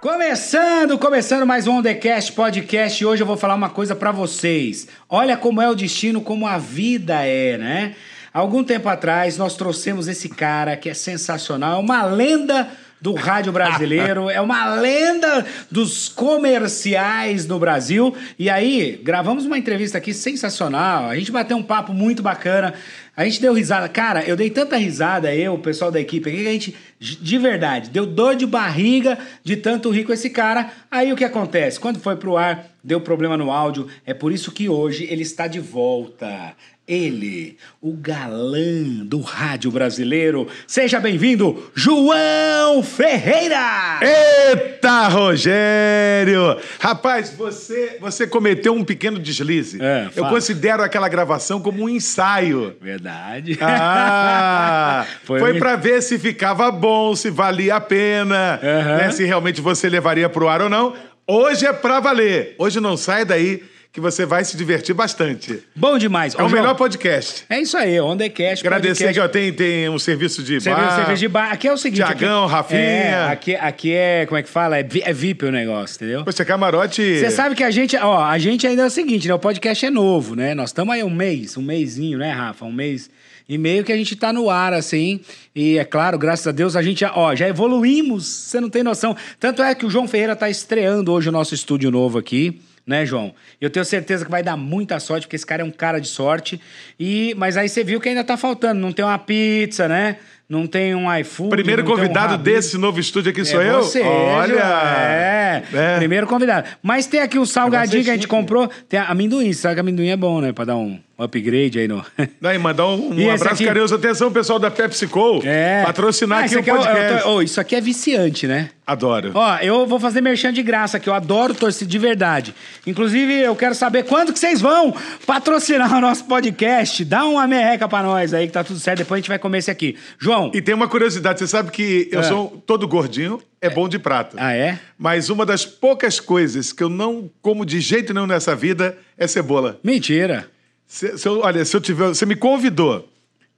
Começando, começando mais um On The Cast Podcast. Hoje eu vou falar uma coisa pra vocês. Olha como é o destino, como a vida é, né? Algum tempo atrás nós trouxemos esse cara que é sensacional, é uma lenda do rádio brasileiro, é uma lenda dos comerciais no Brasil. E aí, gravamos uma entrevista aqui sensacional. A gente bateu um papo muito bacana. A gente deu risada. Cara, eu dei tanta risada, eu, o pessoal da equipe aqui, que a gente, de verdade, deu dor de barriga de tanto rir com esse cara. Aí o que acontece? Quando foi pro ar, deu problema no áudio. É por isso que hoje ele está de volta. Ele, o galã do rádio brasileiro. Seja bem-vindo, João Ferreira! É. Eita, Rogério! Rapaz, você, você cometeu um pequeno deslize. É, Eu fala. considero aquela gravação como um ensaio. Verdade. Ah, Foi foi um- pra ver se ficava bom, se valia a pena, Aham. né, se realmente você levaria pro ar ou não. Hoje é pra valer. Hoje não sai daí que você vai se divertir bastante. Bom demais. É Ô, o João, melhor podcast. É isso aí, On The Cash. Agradecer podcast. que eu tenho, tem um serviço de Você viu, bar. você fez de bar. Aqui é o seguinte. Tiagão, aqui- Rafinha. É, aqui, aqui é, como é que fala? É, vi- é VIP o negócio, entendeu? Poxa, camarote. Você sabe que a gente, ó, a gente ainda é o seguinte, né? O podcast é novo, né? Nós estamos aí um mês, um mêsinho, né, Rafa? Um mês e meio que a gente tá no ar, assim. E é claro, graças a Deus, a gente já, ó, já evoluímos, você não tem noção. Tanto é que o João Ferreira tá estreando hoje o nosso estúdio novo aqui. Né, João? Eu tenho certeza que vai dar muita sorte, porque esse cara é um cara de sorte. E Mas aí você viu que ainda tá faltando. Não tem uma pizza, né? Não tem um iFood. Primeiro não tem um convidado Habib's. desse novo estúdio aqui sou É eu? você, Olha! Ju. É. É. Primeiro convidado. Mas tem aqui o salgadinho Negócio é que a gente chique. comprou. Tem a amendoim. Você sabe que amendoim é bom, né? Pra dar um upgrade aí no. Daí, mandar E um, um esse abraço aqui? carinhoso. Atenção, pessoal da PepsiCo. É. Patrocinar Ah, aqui isso o é- eu podcast. tô- ô, isso aqui é viciante, né? Adoro. Ó, eu vou fazer merchan de graça que eu adoro torcida de verdade. Inclusive, eu quero saber quando que vocês vão patrocinar o nosso podcast. Dá uma merreca pra nós aí que tá tudo certo. Depois a gente vai comer esse aqui. João. E tem uma curiosidade. Você sabe que eu É. sou todo gordinho, é bom de prata. Ah, é? Mas uma das poucas coisas que eu não como de jeito nenhum nessa vida é cebola. Mentira. Se, se eu- olha, se eu tiver. Você me convidou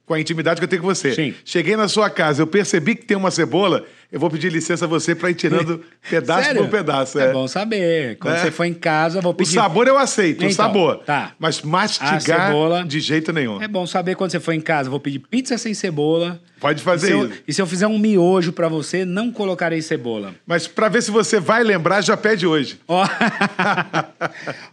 com a intimidade que eu tenho com você. Sim. Cheguei na sua casa, eu percebi que tem uma cebola, eu vou pedir licença a você pra ir tirando pedaço Sério? por pedaço. É bom saber. Quando Né? você for em casa, eu vou O pedir. sabor eu aceito, Então, o sabor. tá. Mas mastigar A cebola- de jeito nenhum. É bom saber quando você for em casa. Vou pedir pizza sem cebola. Pode fazer e se eu- isso. E se eu fizer um miojo pra você, não colocarei cebola. Mas pra ver se você vai lembrar, já pede hoje. Ó,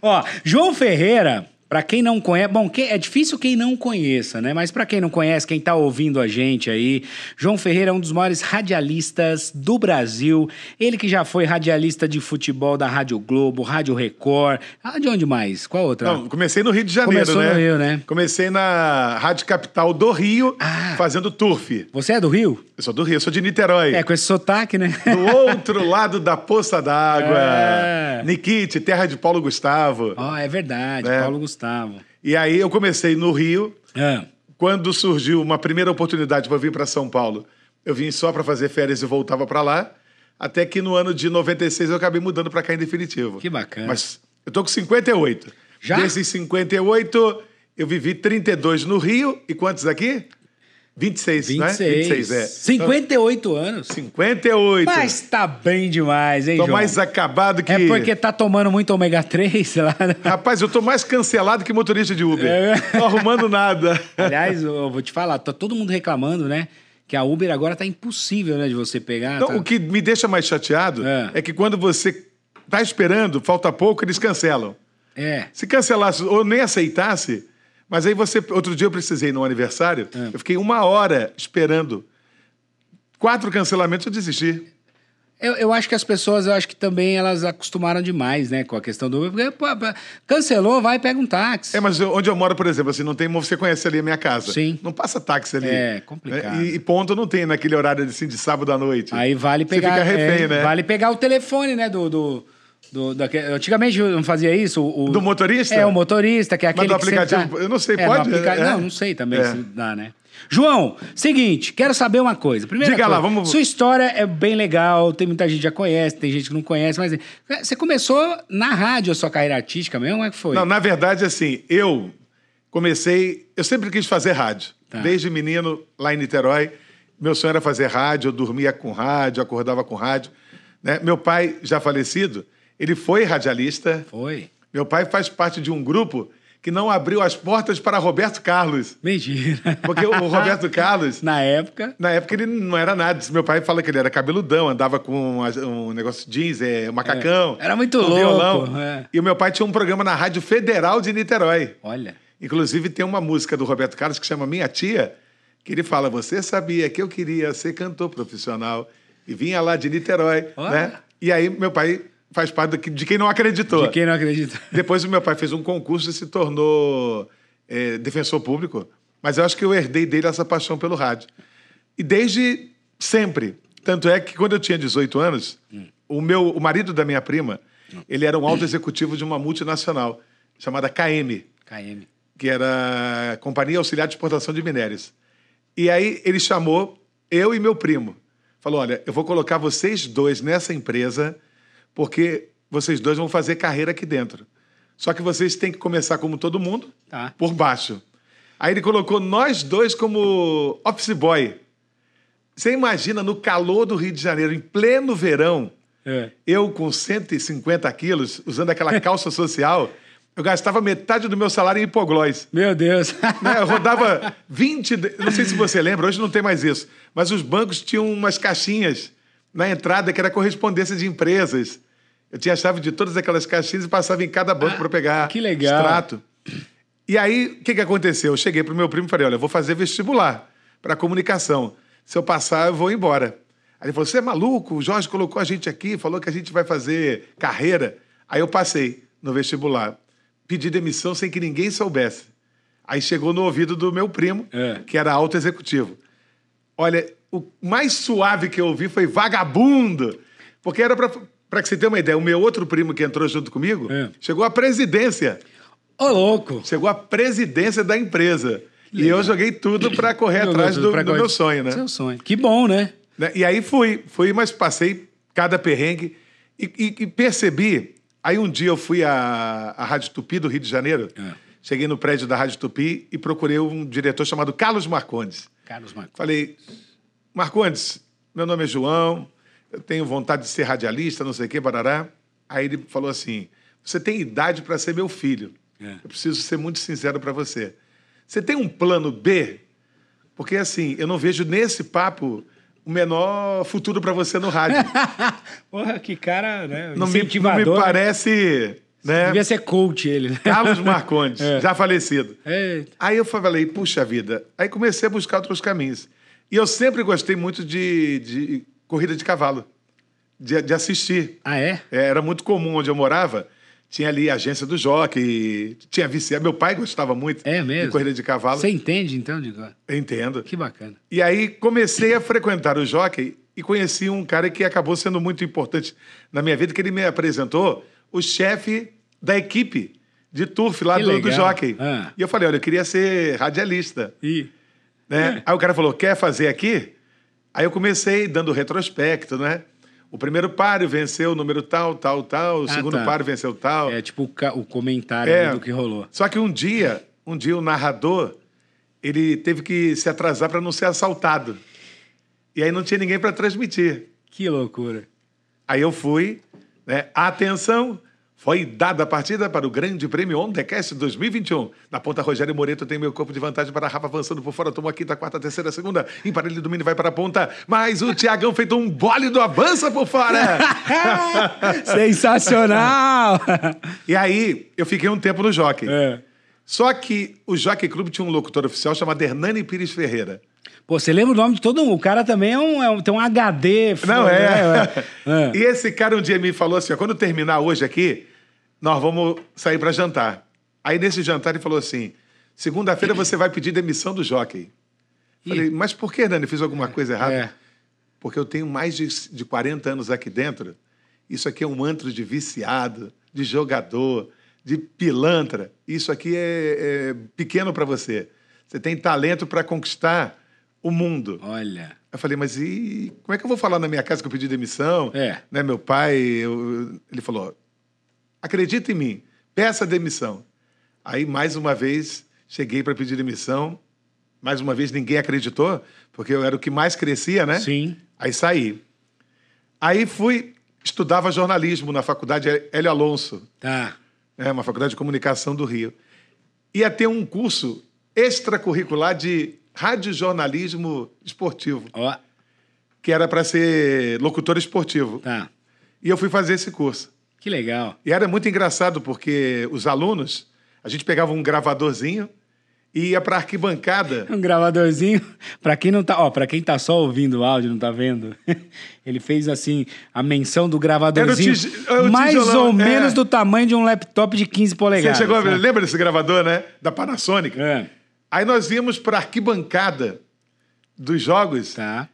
Ó, João Ferreira, pra quem não conhece, bom, que- é difícil quem não conheça, né? Mas pra quem não conhece, quem tá ouvindo a gente aí, João Ferreira é um dos maiores radialistas do Brasil. Ele que já foi radialista de futebol da Rádio Globo, Rádio Record, ah, de onde mais? Qual outra? Não, comecei no Rio de Janeiro, Tá. Começou né? no Rio, né? Ah. Comecei na Rádio Capital do Rio, fazendo turf. Você é do Rio? Eu sou do Rio, eu sou de Niterói. É, com esse sotaque, né? Do outro lado da poça d'água. É. Nikite, terra de Paulo Gustavo. Ó, é verdade, É. Paulo Gustavo. E aí eu comecei no Rio. Ah, Né? Quando surgiu uma primeira oportunidade para vir para São Paulo, eu vim só para fazer férias e voltava para lá. Até que no ano de 96 eu acabei mudando para cá em definitivo. Que bacana. Mas eu tô com 58. Já? Desses 58, eu vivi 32 no Rio e quantos aqui? 26, 26. né? 26, é. 58 anos. Então, 58. Mas tá bem demais, hein, tô João? mais acabado que É porque tá tomando muito ômega 3 lá. né? Rapaz, eu tô mais cancelado que motorista de Uber. É. Não arrumando nada. Aliás, eu vou te falar, tá todo mundo reclamando, né? Que a Uber agora tá impossível, né, de você pegar. Então, tá- o que me deixa mais chateado É. é. que quando você tá esperando, falta pouco, eles cancelam. É. Se cancelasse ou nem aceitasse, mas aí você. Outro dia eu precisei no aniversário, É. eu fiquei uma hora esperando. Quatro cancelamentos, eu desisti. Eu, eu acho que as pessoas, eu acho que também elas acostumaram demais, né, com a questão do Uber. Porque, pô, pô, cancelou, vai, pega um táxi. É, mas eu- onde eu moro, por exemplo, assim, não tem. Você conhece ali a minha casa. Sim. Não passa táxi ali. É, complicado. Né? E, e ponto não tem naquele horário assim, de sábado à noite. Aí vale pegar. Você fica refém, é, né? Vale pegar o telefone, né? Do. do, do- daque- antigamente não fazia isso? O, o- Do motorista? É, o motorista, que é Mas aquele. do que sempre aplicativo, eu não sei, É, no pode? aplica- É. Não, não sei também É. se dá, né? João, seguinte, quero saber uma coisa. Primeira Diga lá, coisa, vamos- Sua história é bem legal, tem muita gente que já conhece, tem gente que não conhece, mas. Você começou na rádio a sua carreira artística mesmo? Como é que foi? Não, na verdade, assim, eu comecei. Eu sempre quis fazer rádio. Tá. Desde menino, lá em Niterói, meu sonho era fazer rádio, eu dormia com rádio, acordava com rádio. né? Meu pai, já falecido, ele foi radialista. Foi. Meu pai faz parte de um grupo que não abriu as portas para Roberto Carlos. Mentira. Porque o Roberto Carlos, Na época. na época, ele não era nada. Meu pai fala que ele era cabeludão, andava com as- um negócio de jeans, é, macacão. É, era muito um louco, Violão. é. E o meu pai tinha um programa na Rádio Federal de Niterói. Olha. Inclusive, tem uma música do Roberto Carlos que chama Minha Tia, que ele fala: Você sabia que eu queria ser cantor profissional e vinha lá de Niterói, Olha. né? E aí, meu pai faz parte do que- de quem não acreditou. De quem não acredita. Depois o meu pai fez um concurso e se tornou eh, defensor público. Mas eu acho que eu herdei dele essa paixão pelo rádio. E desde sempre. Tanto é que quando eu tinha 18 anos, Hum. o meu o marido da minha prima, ele era um alto executivo de uma multinacional chamada KM, KM. que era a Companhia Auxiliar de Exportação de Minérios. E aí ele chamou eu e meu primo. Falou: olha, eu vou colocar vocês dois nessa empresa, porque vocês dois vão fazer carreira aqui dentro. Só que vocês têm que começar como todo mundo, Tá. por baixo. Aí ele colocou nós dois como office boy. Você imagina no calor do Rio de Janeiro, em pleno verão, É. eu, com 150 quilos, usando aquela calça social, eu gastava metade do meu salário em hipoglós. Meu Deus. Né? Eu rodava 20. de- Não sei se você lembra, hoje não tem mais isso. Mas os bancos tinham umas caixinhas na entrada que era correspondência de empresas. Eu tinha a chave de todas aquelas caixinhas e passava em cada banco para pegar Ah, que legal. extrato. E aí, o que, que aconteceu? Eu cheguei pro meu primo e falei: olha, eu vou fazer vestibular para comunicação. Se eu passar, eu vou embora. Aí ele falou: você é maluco? O Jorge colocou a gente aqui, falou que a gente vai fazer carreira. Aí eu passei no vestibular. Pedi demissão sem que ninguém soubesse. Aí chegou no ouvido do meu primo, É. que era alto executivo. Olha, o mais suave que eu ouvi foi vagabundo. Porque era para. Para que você tenha uma ideia, o meu outro primo que entrou junto comigo É. chegou à presidência. Ô, louco. Chegou à presidência da empresa. E eu joguei tudo para correr É atrás do, Pra do correr- meu sonho, né? Seu sonho. Que bom, né? Né? E aí fui, fui, mas passei cada perrengue e, e- e percebi. Aí um dia eu fui à, à Rádio Tupi do Rio de Janeiro, É. cheguei no prédio da Rádio Tupi e procurei um diretor chamado Carlos Marcondes. Carlos Marcos. Falei, Marcondes, meu nome é João, eu tenho vontade de ser radialista, não sei o quê, barará. Aí ele falou assim: você tem idade para ser meu filho. É. Eu preciso ser muito sincero para você. Você tem um plano B? Porque assim, eu não vejo nesse papo o menor futuro para você no rádio. Porra, que cara, né? não, me, não incentivador. me parece. Né? Devia ser coach ele, né? Carlos Marcondes, É. já falecido. Eita. Aí eu falei, puxa vida. Aí comecei a buscar outros caminhos. E eu sempre gostei muito de, de corrida de cavalo, de, de assistir. Ah, é? É, era muito comum onde eu morava. Tinha ali a agência do jockey, tinha vice. Meu pai gostava muito É mesmo? de corrida de cavalo. Você entende, então, Digo? Eu Entendo. Que bacana. E aí comecei a frequentar o jockey e conheci um cara que acabou sendo muito importante na minha vida, que ele me apresentou o chefe da equipe de turf lá Que do, do legal. jockey. Ah. E eu falei, olha, eu queria ser radialista E... né? É. Aí o cara falou, quer fazer aqui? Aí eu comecei dando retrospecto, né? O primeiro páreo venceu o número tal, tal, tal. O Ah, segundo tá. páreo venceu tal. É tipo o, ca- o comentário É. ali do que rolou. Só que um dia, um dia o narrador, ele teve que se atrasar para não ser assaltado. E aí não tinha ninguém para transmitir. Que loucura. Aí eu fui, né? Atenção, foi dada a partida para o Grande Prêmio On The Cast 2021. Na ponta, Rogério Moreto tem meu corpo de vantagem para a Rafa avançando por fora, tomou a quinta, quarta, terceira, segunda. Em parelho domínio vai para a ponta, mas o Tiagão feito um bólido avança por fora. Sensacional! e aí eu fiquei um tempo no jockey. É. Só que o Jockey Clube tinha um locutor oficial chamado Hernani Pires Ferreira. Pô, você lembra o nome de todo mundo. O cara também é um, é um- tem um HD. Não foda, é. né? É. E esse cara um dia me falou assim: ó, quando terminar hoje aqui, nós vamos sair para jantar. Aí nesse jantar ele falou assim: segunda-feira você vai pedir demissão do jockey. Falei, mas por que, Hernani? Fiz alguma coisa errada? É. Porque eu tenho mais de, de 40 anos aqui dentro. Isso aqui é um antro de viciado, de jogador, de pilantra. Isso aqui é, é pequeno para você. Você tem talento para conquistar o mundo. Olha. Eu falei, mas e como é que eu vou falar na minha casa que eu pedi demissão? É. Né, meu pai, eu- ele falou, acredita em mim, peça demissão. Aí, mais uma vez, Cheguei para pedir demissão. Mais uma vez, ninguém acreditou, porque eu era o que mais crescia, né? Sim. Aí saí. Aí fui, estudava jornalismo na faculdade Hélio Alonso, Tá. né? uma faculdade de comunicação do Rio. Ia ter um curso extracurricular de radiojornalismo esportivo, Ó, que era para ser locutor esportivo. tá. E eu fui fazer esse curso. Que legal. E era muito engraçado porque os alunos, a gente pegava um gravadorzinho e ia para arquibancada. Um gravadorzinho, pra quem não tá, ó, para quem tá só ouvindo o áudio, não tá vendo. Ele fez assim a menção do gravadorzinho, Era o tij- é o mais tijolão, ou é. menos do tamanho de um laptop de 15 Você polegadas. chegou a ver, né? lembra desse gravador, né? Da Panasonic. É, Aí nós íamos para arquibancada dos jogos tá.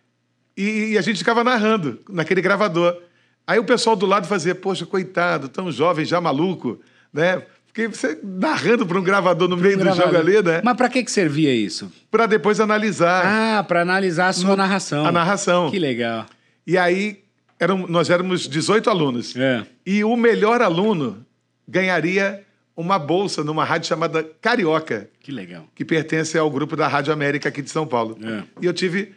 e, e a gente ficava narrando naquele gravador. Aí o pessoal do lado fazia, poxa, coitado, tão jovem, já maluco, né? Porque você narrando para um gravador no meio do jogo Gravador. ali, né? É. Mas pra que que servia isso? Para depois analisar. Ah, pra analisar a sua narração. a narração. Que legal. E aí eram, nós éramos 18 alunos. É. E o melhor aluno ganharia uma bolsa numa rádio chamada Carioca, Que legal. que pertence ao grupo da Rádio América aqui de São Paulo. É. E eu tive.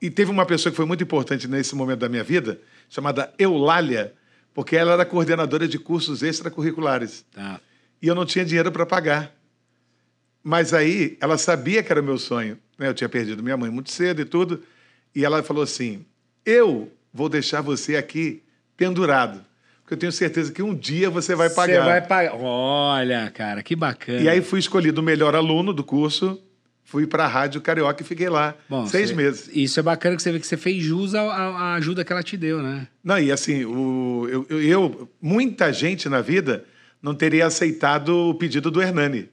E teve uma pessoa que foi muito importante nesse momento da minha vida, chamada Eulália, porque ela era coordenadora de cursos extracurriculares. Tá. E eu não tinha dinheiro para pagar. Mas aí ela sabia que era o meu sonho. né? Eu tinha perdido minha mãe muito cedo e tudo. E ela falou assim: Eu vou deixar você aqui pendurado. Porque eu tenho certeza que um dia você vai pagar. Você vai pagar. Olha, cara, que bacana. E aí fui escolhido o melhor aluno do curso, fui para a Rádio Carioca e fiquei lá Bom, seis você- meses. Isso é bacana que você vê que você fez jus ao- ao- à ajuda que ela te deu, né? Não, e assim, o, eu, eu- eu- muita gente na vida não teria aceitado o pedido do Hernani.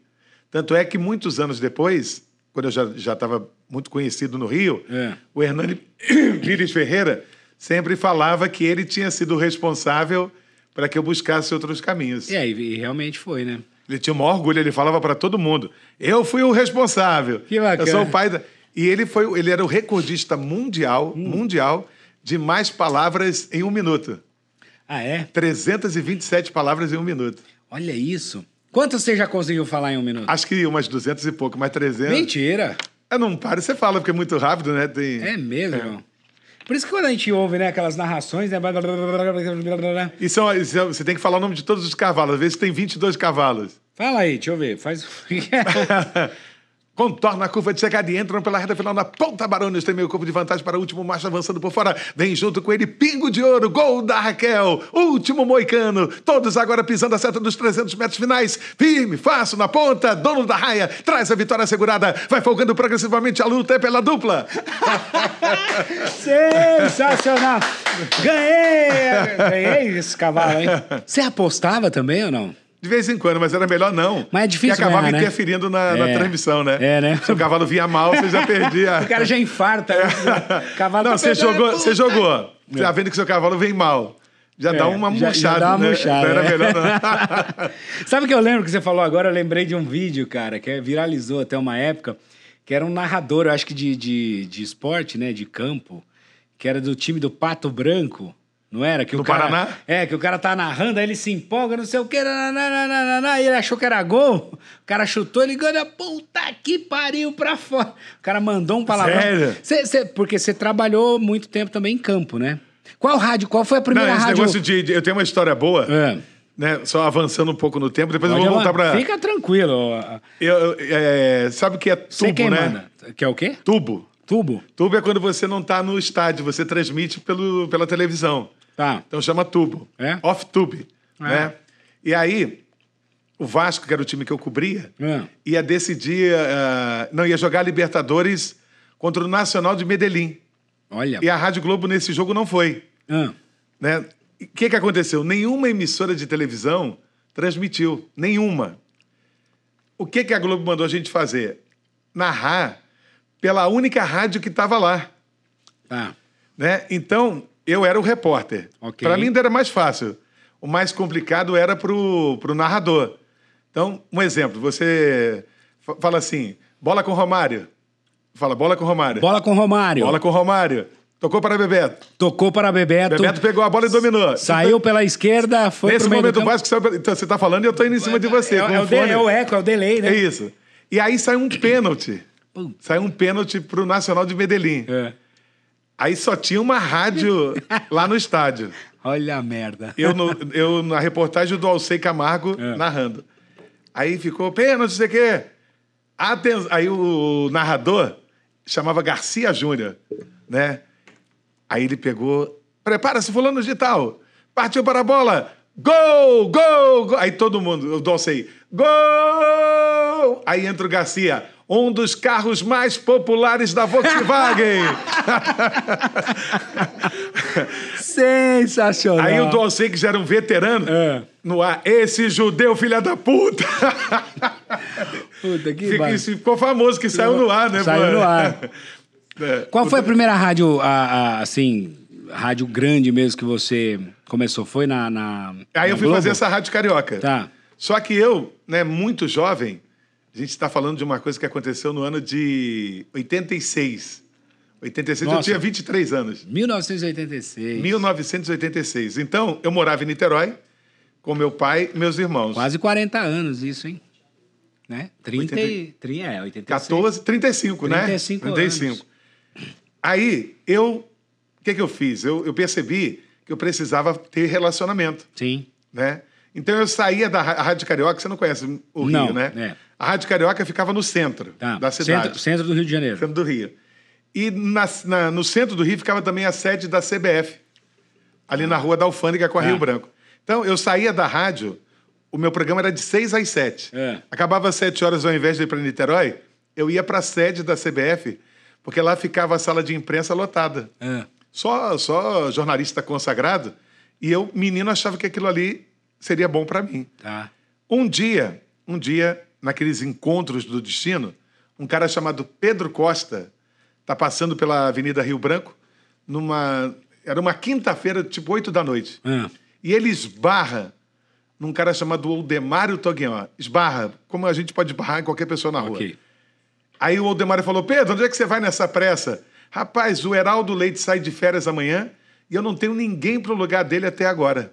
Tanto é que muitos anos depois, quando eu já estava muito conhecido no Rio, É. o Hernani Pires Ferreira sempre falava que ele tinha sido o responsável para que eu buscasse outros caminhos. E aí, É, e realmente foi, né? Ele tinha o maior orgulho, ele falava para todo mundo: eu fui o responsável. Que bacana. Eu sou o pai da. E ele, foi, ele era o recordista mundial, Hum. mundial de mais palavras em um minuto. Ah, é? 327 palavras em um minuto. Olha isso. Quantas você já conseguiu falar em um minuto? Acho que umas 200 e pouco, mais 300. Mentira! Eu não paro, você fala, porque é muito rápido, né? Tem... É mesmo, irmão. Por isso que quando a gente ouve, né, aquelas narrações, né? blá, blá, blá, blá, blá, blá, blá, blá. E são, e são- é, você tem que falar o nome de todos os cavalos, às vezes tem 22 cavalos. Fala aí, deixa eu ver. Faz. Contorna a curva de chegada e entram pela reta final na ponta. Barões tem meio corpo de vantagem para o último macho avançando por fora. Vem junto com ele Pingo de Ouro, gol da Raquel, último moicano. Todos agora pisando a seta dos 300 metros finais. Firme, fácil na ponta, dono da raia, traz a vitória assegurada. Vai folgando progressivamente a luta é pela dupla. Sensacional! Ganhei! Ganhei esse cavalo, hein? Você apostava também ou não? De vez em quando, mas era melhor não. Mas é difícil Porque acabava ganhar, né? interferindo na, na É. transmissão, né? É, né? Se o cavalo vinha mal, você já perdia. O cara já infarta. né? O cavalo tá Não, você pegando, jogou, pô. você jogou. Você tá vendo que seu cavalo vem mal. Já dá É, uma já- murchada. já dá uma né? murchada, Então era né? melhor não. Sabe o que eu lembro que você falou agora? Eu lembrei de um vídeo, cara, que viralizou até uma época, que era um narrador, eu acho que de, de, de esporte, né? De campo, que era do time do Pato Branco. Não era? Que o Do cara, Paraná? É, que o cara tá narrando, aí ele se empolga, não sei o quê, nananana, e ele achou que era gol. O cara chutou, ele ganha, puta que pariu pra fora. O cara mandou um palavrão. Sério? Cê- cê- porque você trabalhou muito tempo também em campo, né? Qual rádio? Qual foi a Não, primeira esse rádio? negócio de, de- Eu tenho uma história boa, É. né? Só avançando um pouco no tempo, depois eu Pode vou voltar avan- pra. Fica tranquilo. ó. Eu, eu- é, sabe o que é tubo, Sei quem né? manda. Que é o quê? Tubo. Tubo? Tubo é quando você não tá no estádio, você transmite pelo, pela televisão. Tá. Então chama tubo. É? Off-tube. É. Né? E aí, o Vasco, que era o time que eu cobria, É. ia decidir. ah, não, ia jogar Libertadores contra o Nacional de Medellín. Olha. E a Rádio Globo nesse jogo não foi. Ah, né? E O que, que aconteceu? Nenhuma emissora de televisão transmitiu. Nenhuma. O que, que a Globo mandou a gente fazer? Narrar pela única rádio que estava lá. tá. Né? Então, eu era o repórter. Ok. Para mim ainda era mais fácil. O mais complicado era para o narrador. Então, um exemplo, você fa- fala assim, bola com Romário. Fala, bola com Romário. Bola com Romário. Bola com Romário. Tocou para Bebeto. Tocou para Bebeto. Bebeto pegou a bola e dominou. Saiu pela esquerda, foi Nesse pro meio momento do o campo. tá Vasco saiu pela- Então, você está falando e eu estou indo em cima de você. é, com é, o o de- fone. é o eco, é o delay, né? É isso. E aí saiu um pênalti. Saiu um pênalti pro Nacional de Medellín. É. Aí só tinha uma rádio lá no estádio. Olha a merda. Eu, no- eu na reportagem do Alcei Camargo É. narrando. Aí ficou pênalti, não sei o quê. Aten- Aí o narrador chamava Garcia Júnior, né? Aí ele pegou. Prepara-se, fulano de tal. Partiu para a bola. Gol, gol, gol. Aí todo mundo, o Dolcei. Gol! Aí entra o Garcia. Um dos carros mais populares da Volkswagen. Sensacional. Aí o Dolcei, que já era um veterano, É. no ar. Esse judeu, filha da puta! Puta, que Fica- bar- isso ficou famoso, que saiu no ar, né? Saiu pô? no ar. É. Qual foi a primeira rádio, a- a- assim, rádio grande mesmo que você começou? Foi na. na Aí eu na fui Globo? fazer essa rádio carioca. Tá. Só que eu, né, muito jovem, a gente está falando de uma coisa que aconteceu no ano de 86. 86 eu Nossa. tinha 23 anos. 1986. 1986. Então, eu morava em Niterói com meu pai e meus irmãos. Quase 40 anos isso, hein? Né? 30 e... 30, é, 86. 14, 35, né? 35 anos. Aí, eu... O que, que eu fiz? Eu, eu percebi que eu precisava ter relacionamento. Sim. né? Então eu saía da Ra- a Rádio Carioca, você não conhece o Rio, Não, né? é. A Rádio Carioca ficava no centro Tá. da cidade, Centro, centro, centro do Rio de Janeiro. do Rio. E na- na- no centro do Rio ficava também a sede da CBF, ali na rua da Alfândega com a Tá. Rio Branco. Então eu saía da rádio, o meu programa era de 6 às 7. É. Acabava às 7 horas ao invés de ir para Niterói, eu ia para a sede da CBF, porque lá ficava a sala de imprensa lotada É. só, só jornalista consagrado, e eu, menino, achava que aquilo ali seria bom para mim. Tá. Um dia, um dia, naqueles encontros do destino, um cara chamado Pedro Costa tá passando pela Avenida Rio Branco, numa. Era uma quinta-feira, tipo 8 da noite. Ah, E ele esbarra num cara chamado Oldemário Toguian. Esbarra, como a gente pode esbarrar em qualquer pessoa na rua. ok. Aí o Oldemário falou: Pedro, onde é que você vai nessa pressa? Rapaz, o Heraldo Leite sai de férias amanhã e eu não tenho ninguém pro lugar dele até agora.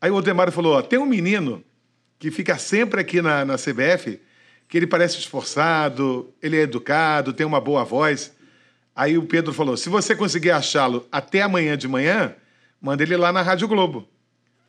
Aí o Oldemário falou: Ó, tem um menino que fica sempre aqui na, na CBF, que ele parece esforçado, ele é educado, tem uma boa voz. Aí o Pedro falou: se você conseguir achá-lo até amanhã de manhã, manda ele lá na Rádio Globo.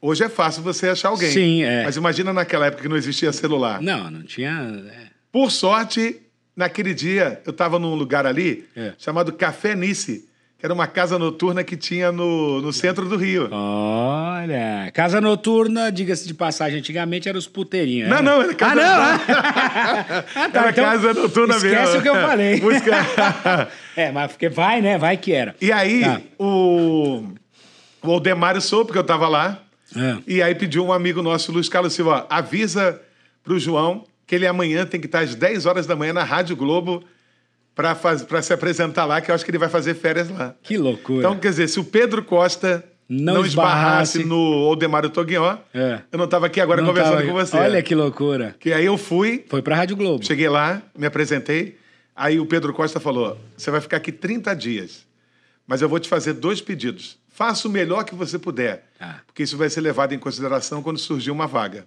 Hoje é fácil você achar alguém. Sim, é. Mas imagina naquela época que não existia celular. Não, não tinha... é. Por sorte, naquele dia, eu estava num lugar ali É. chamado Café Nice, que era uma casa noturna que tinha no, no centro do Rio. Olha, casa noturna, diga-se de passagem, antigamente era os puteirinhos. Não, né? não, era casa ah, não, noturna. ah! Ah, tá, era então casa noturna mesmo. Esquece o que eu falei. Música- é, mas porque vai, né? Vai que era. E aí, Tá. o, o Aldemário soube porque eu estava lá. É. E aí pediu um amigo nosso, Luiz Carlos Silva, ó, avisa pro João que ele amanhã tem que estar às 10 horas da manhã na Rádio Globo para se apresentar lá, que eu acho que ele vai fazer férias lá. Que loucura. Então, quer dizer, se o Pedro Costa Não não, esbarrasse, esbarrasse no Aldemário Toguió, É. eu não estava aqui agora Não conversando tava- com você. Olha que loucura. Que aí eu fui, Foi pra Rádio Globo. cheguei lá, me apresentei, aí o Pedro Costa falou, você vai ficar aqui 30 dias, mas eu vou te fazer dois pedidos. Faça o melhor que você puder, Tá. porque isso vai ser levado em consideração quando surgir uma vaga.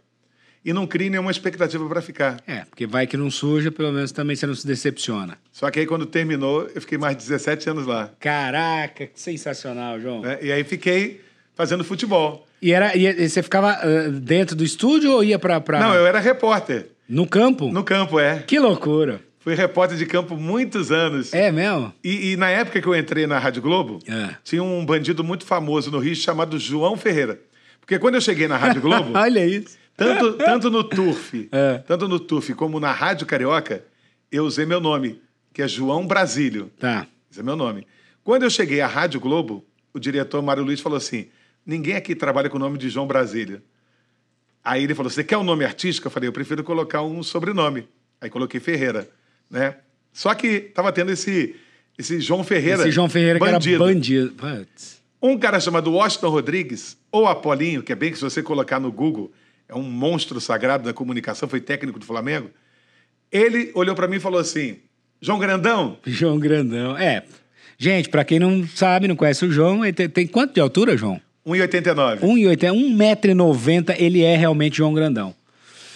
E não crie nenhuma expectativa para ficar. É, porque vai que não suja, pelo menos também você não se decepciona. Só que aí quando terminou, eu fiquei mais 17 anos lá. Caraca, que sensacional, João. né? E aí fiquei fazendo futebol. E, era, e- e você ficava ah, dentro do estúdio ou ia pra... pra... Não, eu era repórter. No campo? No campo, é. Que loucura. Fui repórter de campo muitos anos. É mesmo? E, e na época que eu entrei na Rádio Globo, É. tinha um bandido muito famoso no Rio chamado João Ferreira. Porque quando eu cheguei na Rádio Globo, Olha isso. tanto, tanto no Turf, É. tanto no Turf como na Rádio Carioca, eu usei meu nome, que é João Brasílio. Tá. Esse é meu nome. Quando eu cheguei à Rádio Globo, o diretor Mário Luiz falou assim: ninguém aqui trabalha com o nome de João Brasília. Aí ele falou: você quer um nome artístico? Eu falei: eu prefiro colocar um sobrenome. Aí coloquei Ferreira, né? Só que estava tendo esse esse João Ferreira, Esse João Ferreira que era bandido. Putz. um cara chamado Washington Rodrigues, ou Apolinho, que é bem que se você colocar no Google, é um monstro sagrado da comunicação, foi técnico do Flamengo. Ele olhou para mim e falou assim: João Grandão, João Grandão. É. Gente, pra quem não sabe, não conhece o João, ele tem, tem quanto de altura, João? 1,89. 1,80, 1,90m, ele é realmente João Grandão.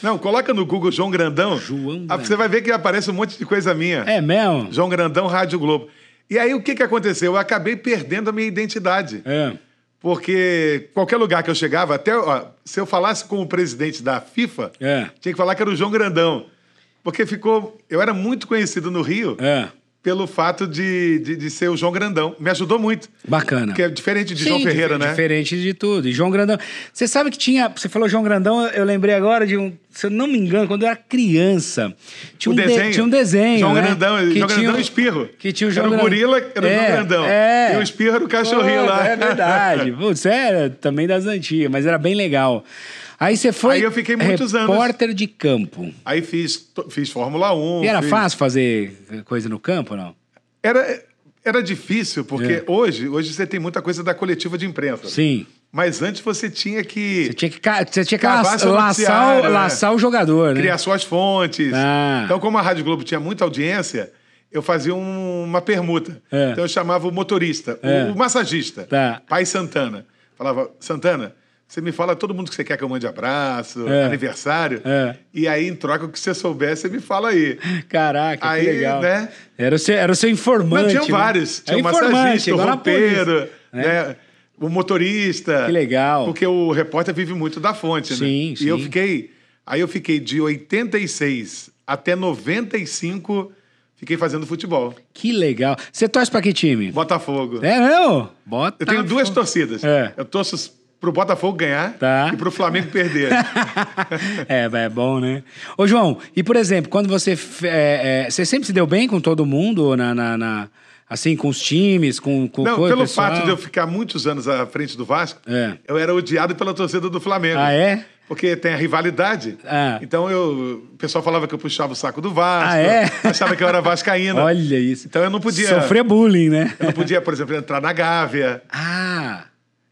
Não, coloca no Google João Grandão. João Ah, Você Grandão. vai ver que aparece um monte de coisa minha. É mesmo? João Grandão, Rádio Globo. E aí o que, que aconteceu? Eu acabei perdendo a minha identidade. É. Porque qualquer lugar que eu chegava, até ó, se eu falasse com o presidente da FIFA, É. tinha que falar que era o João Grandão. Porque ficou. Eu era muito conhecido no Rio É. pelo fato de, de, de ser o João Grandão. Me ajudou muito. Bacana. Porque é diferente de Sim, João difer- Ferreira, né? Diferente de tudo. E João Grandão. Você sabe que tinha. Você falou João Grandão, eu- eu lembrei agora de um. Se eu não me engano, quando eu era criança. Tinha O um de- desenho. tinha um desenho. João né? Grandão, Que João tinha Grandão o- e Espirro. Que tinha o João Era o Grandão. gorila, era o João Grandão. É. E o Espirro era o cachorrinho Pô, lá. É verdade. Putz, é, era também das antigas, mas era bem legal. Aí você foi. Aí eu fiquei muitos anos. repórter de campo. Aí fiz, to- fiz Fórmula 1. E era fiz- fácil fazer coisa no campo, não? Era, era difícil, porque É. hoje, hoje você tem muita coisa da coletiva de imprensa. Sim. Mas antes você tinha que Você tinha que, ca- você tinha que Cavar laçar, seu laçar, noticiário, o, né? laçar o jogador, né? criar suas fontes. Ah. Então, como a Rádio Globo tinha muita audiência, eu fazia um- uma permuta. É. Então eu chamava o motorista, o- É. o, massagista, Tá. pai Santana. Falava, Santana, você me fala todo mundo que você quer que eu mande abraço, É. aniversário. É. E aí, em troca, o que você souber, você me fala aí. Caraca, Aí, que legal. né? Era o seu, era o seu informante. Não, tinham né? vários. É Tinha o informante, É. massagista, o igual na roupeiro, polícia. né? o motorista. Que legal. Porque o repórter vive muito da fonte, né? Sim, sim. E eu fiquei... Aí eu fiquei de 86 até 95, fiquei fazendo futebol. Que legal. Você torce pra que time? Botafogo. É, não? Bota. Eu tenho duas torcidas. É. Eu torço pro Botafogo ganhar Tá. e pro Flamengo perder. é, mas é bom, né? Ô, João, e por exemplo, quando você. f- é, é, você sempre se deu bem com todo mundo? Na, na- na- assim, com os times, com, com Não, coisa, pelo pessoal? fato de eu ficar muitos anos à frente do Vasco, É. eu era odiado pela torcida do Flamengo. Ah, é? Porque tem a rivalidade. Ah. Então eu, o pessoal falava que eu puxava o saco do Vasco, Ah, é? achava que eu era vascaína. Olha isso. Então eu não podia, Sofrer bullying, né? eu não podia, por exemplo, entrar na Gávea. Ah,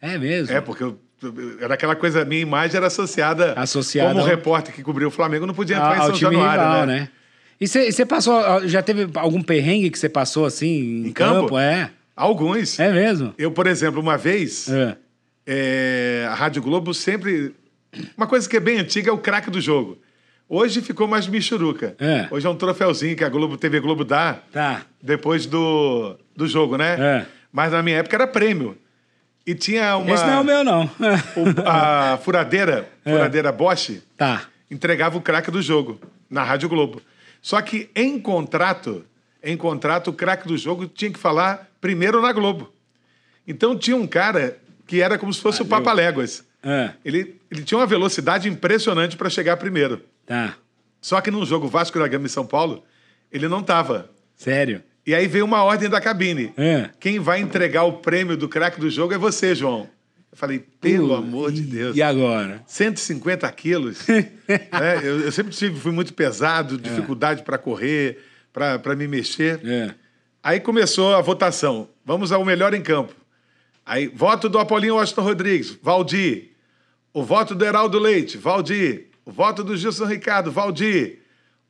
é mesmo? É, porque eu, eu- era aquela coisa, minha imagem era associada, Associada como ao- repórter que cobriu o Flamengo, eu não podia entrar Ah, ao, em ao São time Januário, rival, né? né? E você passou. ó, Já teve algum perrengue que você passou assim em, Em campo? É. Alguns. É mesmo? Eu, por exemplo, uma vez, É. é, a Rádio Globo sempre. Uma coisa que é bem antiga é o craque do jogo. Hoje ficou mais michuruca. É. Hoje é um troféuzinho que a Globo TV Globo dá Tá. depois do, do jogo, né? É. Mas na minha época era prêmio. E tinha uma. Esse não é o meu, É. não. o- a furadeira, furadeira Bosch, tá. entregava o craque do jogo na Rádio Globo. Só que em contrato, em contrato, o craque do jogo tinha que falar primeiro na Globo. Então tinha um cara que era como se fosse o Papa Léguas. É. Ele, ele tinha uma velocidade impressionante para chegar primeiro. Tá. Só que num jogo Vasco da Gama em São Paulo, ele não estava. Sério? E aí veio uma ordem da cabine. É. Quem vai entregar o prêmio do craque do jogo é você, João. Eu falei, pelo amor de Deus. E agora? 150 quilos. né? eu, eu sempre tive, fui muito pesado, dificuldade para correr, para me mexer. É. Aí começou a votação. Vamos ao melhor em campo. Aí, voto do Apolinho Washington Rodrigues, Valdir. O voto do Heraldo Leite, Valdir. O voto do Gilson Ricardo, Valdir.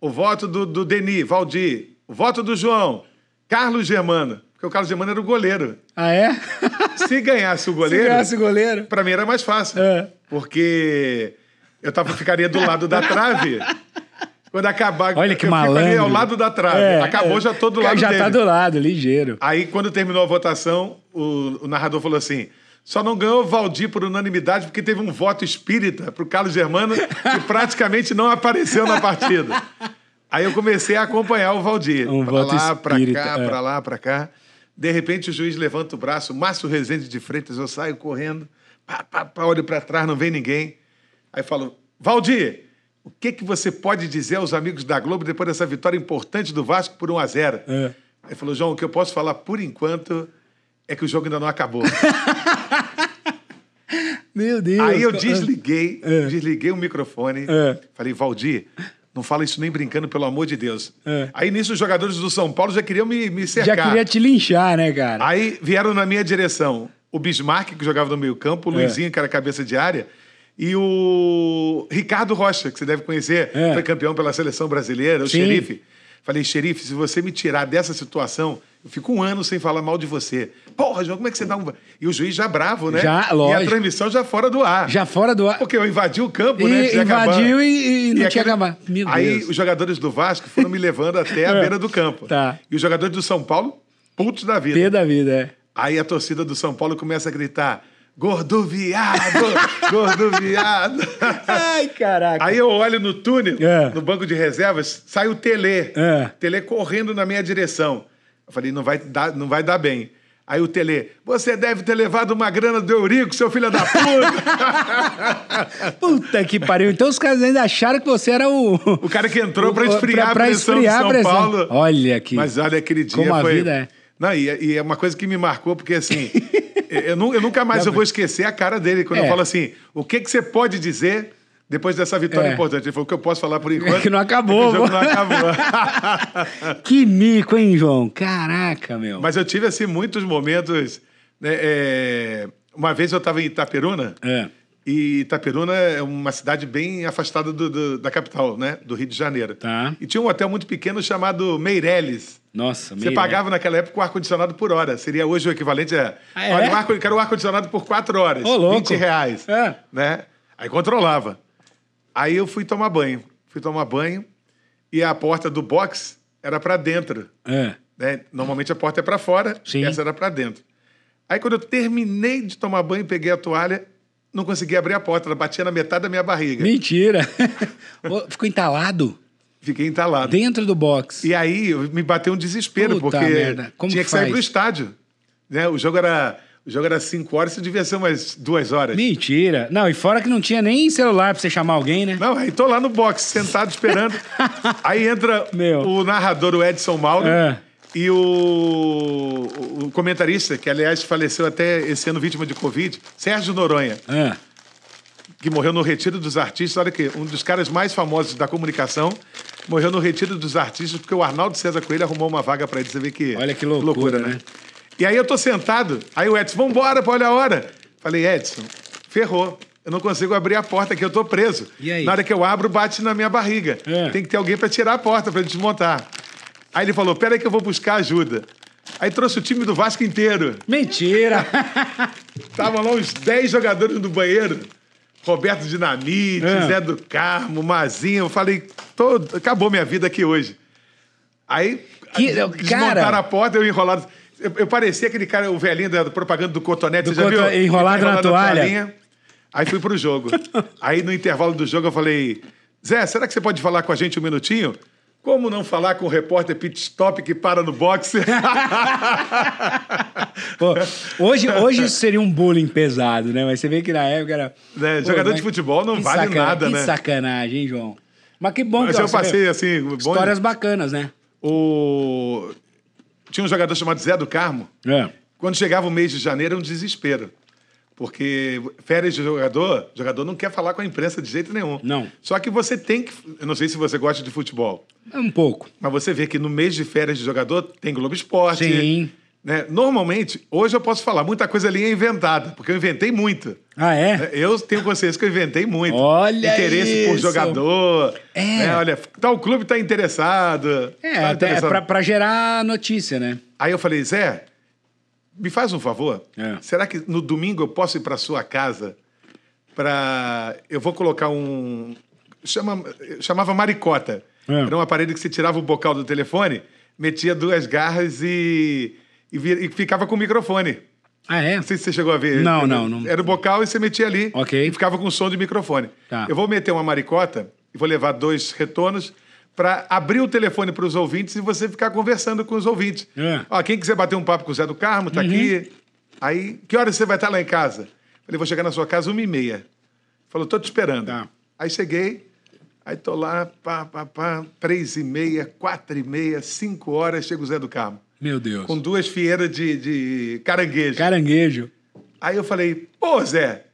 O voto do, do Denis, Valdir. O voto do João, Carlos Germano. Porque o Carlos Germano era o goleiro. Ah, é? Se ganhasse o Se goleiro, ganhasse o goleiro. pra mim era mais fácil. É. Porque eu tava, ficaria do lado da trave. Quando acabar, Olha que eu malandro. ficaria ao lado da trave. É, Ah, Acabou, é. já tô do lado Já dele. tá do lado, ligeiro. Aí, quando terminou a votação, o, o narrador falou assim: só não ganhou o Valdir por unanimidade porque teve um voto espírita pro Carlos Germano que praticamente não apareceu na partida. Aí eu comecei a acompanhar o Valdir. Um pra voto lá, espírita, pra cá, é. pra lá, pra cá. De repente, o juiz levanta o braço, Márcio Rezende de Freitas, eu saio correndo, pá, pá, pá, olho pra trás, não vem ninguém. Aí eu falo: Valdir, o que, que você pode dizer aos amigos da Globo depois dessa vitória importante do Vasco por 1 a 0 É. Aí falou, João, o que eu posso falar por enquanto é que o jogo ainda não acabou. Meu Deus. Aí eu co- desliguei, É. desliguei o microfone, É. falei, Valdir, não fala isso nem brincando, pelo amor de Deus. É. Aí nisso os jogadores do São Paulo já queriam me, me Já cercar. queria te linchar, né, cara? Aí vieram na minha direção o Bismarck, que jogava no meio campo, o É. Luizinho, que era cabeça de área, e o Ricardo Rocha, que você deve conhecer, É. foi campeão pela seleção brasileira, o Sim. xerife. Falei, xerife, se você me tirar dessa situação, Eu fico um ano sem falar mal de você. Porra, João, como é que você dá um. E o juiz já bravo, né? Já, E a lógico. transmissão já fora do ar. Já fora do ar. Porque eu invadi o campo, né? antes E de acabar. invadiu e, e não tinha aquele- acabado. Meu Aí Deus. os jogadores do Vasco foram me levando até a beira do campo. Tá. E os jogadores do São Paulo, putos da vida. P da vida, é. Aí a torcida do São Paulo começa a gritar: Gordo viado! Gordo viado! Ai, caraca. Aí eu olho no túnel, É. no banco de reservas, sai o Tele. É. Tele correndo na minha direção. Eu falei, não vai dar, não vai dar bem. Aí o Tele, você deve ter levado uma grana do Eurico, seu filho da puta! Puta que pariu. Então os caras ainda acharam que você era o. o cara que entrou pra o- esfriar pra- pra a pressão esfriar de a São pressão. Paulo. Olha aqui. Mas olha, aquele dia Como a foi... vida é. Não, e, e é uma coisa que me marcou, porque assim, eu, eu nu- eu nunca mais eu vou esquecer a cara dele quando É. eu falo assim, o que, que você pode dizer depois dessa vitória É. importante? Ele falou, o que eu posso falar por enquanto É que não é acabou, que o jogo não pô. acabou. Que mico, hein, João? Caraca, meu. Mas eu tive, assim, muitos momentos... né, é, Uma vez eu estava em Itaperuna... É. E Itaperuna é uma cidade bem afastada do- do- da capital, né? Do Rio de Janeiro. Tá. E tinha um hotel muito pequeno chamado Meireles. Nossa, Você meio, pagava naquela época o ar-condicionado por hora. Seria hoje o equivalente a. Ah, é? Olha, o ar, quero o ar-condicionado por quatro horas. Ô, louco. 20 reais. É. Né? Aí controlava. Aí eu fui tomar banho. Fui tomar banho e a porta do box era para dentro. né? né? Normalmente a porta é para fora, Sim. essa era para dentro. Aí quando eu terminei de tomar banho, peguei a toalha, não consegui abrir a porta, ela batia na metade da minha É. barriga. Mentira. Ô, Ficou entalado Fiquei entalado. dentro do box. E aí eu- me bateu um desespero, Puta porque merda, como tinha que que sair faz? pro estádio. Né? O jogo era o jogo era 5 horas, isso devia ser umas duas horas. Mentira. Não, e fora que não tinha nem celular pra você chamar alguém, né? Não, aí tô lá no box, sentado esperando. aí entra Meu. o narrador, o Edson Mauro, É. e o, o comentarista, que aliás faleceu até esse ano vítima de Covid, Sérgio Noronha. Ah, que morreu no Retiro dos Artistas. Olha aqui, um dos caras mais famosos da comunicação morreu no Retiro dos Artistas porque o Arnaldo César Coelho arrumou uma vaga pra ele. Você vê que. Olha que loucura, né? E aí eu tô sentado, aí o Edson, vambora, pô, olha a hora. Falei, Edson, ferrou. Eu não consigo abrir a porta aqui, eu tô preso. E aí? Na hora que eu abro, bate na minha barriga. É. Tem que ter alguém pra tirar a porta, pra desmontar. Aí ele falou: peraí que eu vou buscar ajuda. Aí trouxe o time do Vasco inteiro. Mentira. Estavam lá uns 10 jogadores no banheiro. Roberto Dinamite, É. Zé do Carmo, Mazinho. Eu falei, tô- acabou minha vida aqui hoje. Aí Que- des- desmontaram cara. a porta, eu enrolado. Eu, eu parecia aquele cara, o velhinho da propaganda do cotonete, Do você já coto- viu? enrolado na toalha. toalhinha. Aí fui pro jogo. Aí no intervalo do jogo eu falei, Zé, será que você pode falar com a gente um minutinho? Como não falar com o repórter pit stop que para no boxe? Então, Pô, hoje, hoje isso seria um bullying pesado, né? Mas você vê que na época era. Né, jogador mas de futebol não que vale sacana- nada, que né? sacanagem, hein, João? Mas que bom Mas que ó, eu você passei vê, assim, bom- Histórias bacanas, né? O... Tinha um jogador chamado Zé do Carmo. É. Quando chegava o mês de janeiro, era um desespero. Porque férias de jogador, jogador não quer falar com a imprensa de jeito nenhum. Não. Só que você tem que. Eu não sei se você gosta de futebol, Um pouco. mas você vê que no mês de férias de jogador tem Globo Esporte. Sim. Né? Normalmente, hoje eu posso falar, muita coisa ali é inventada, porque eu inventei muito. Ah, é? Eu tenho consciência que eu inventei muito. Olha Interesse por isso. jogador. É. né? Olha, tal clube tá interessado. É, tá até interessado. pra, pra gerar notícia, né? Aí eu falei, Zé, me faz um favor. É. Será que no domingo eu posso ir para sua casa para eu vou colocar um chama chamava maricota. É. Era um aparelho que você tirava o bocal do telefone, metia duas garras e e, vi- e ficava com o microfone. Ah, é? Não sei se você chegou a ver. Não, Era- não, não. Era o bocal e você metia ali. Ok. E ficava com o som de microfone. Tá. Eu vou meter uma maricota e vou levar dois retornos para abrir o telefone para os ouvintes e você ficar conversando com os ouvintes. É. Uhum. Ó, quem quiser bater um papo com o Zé do Carmo, tá aqui. Aí, que horas você vai estar lá em casa? Falei, vou chegar na sua casa uma e meia. Falou, tô te esperando. Tá. Aí cheguei, aí tô lá, pá, pá, pá, três e meia, quatro e meia, cinco horas, chega o Zé do Carmo. Meu Deus. Com duas fieiras de, de caranguejo. Caranguejo. Aí eu falei, pô, Zé,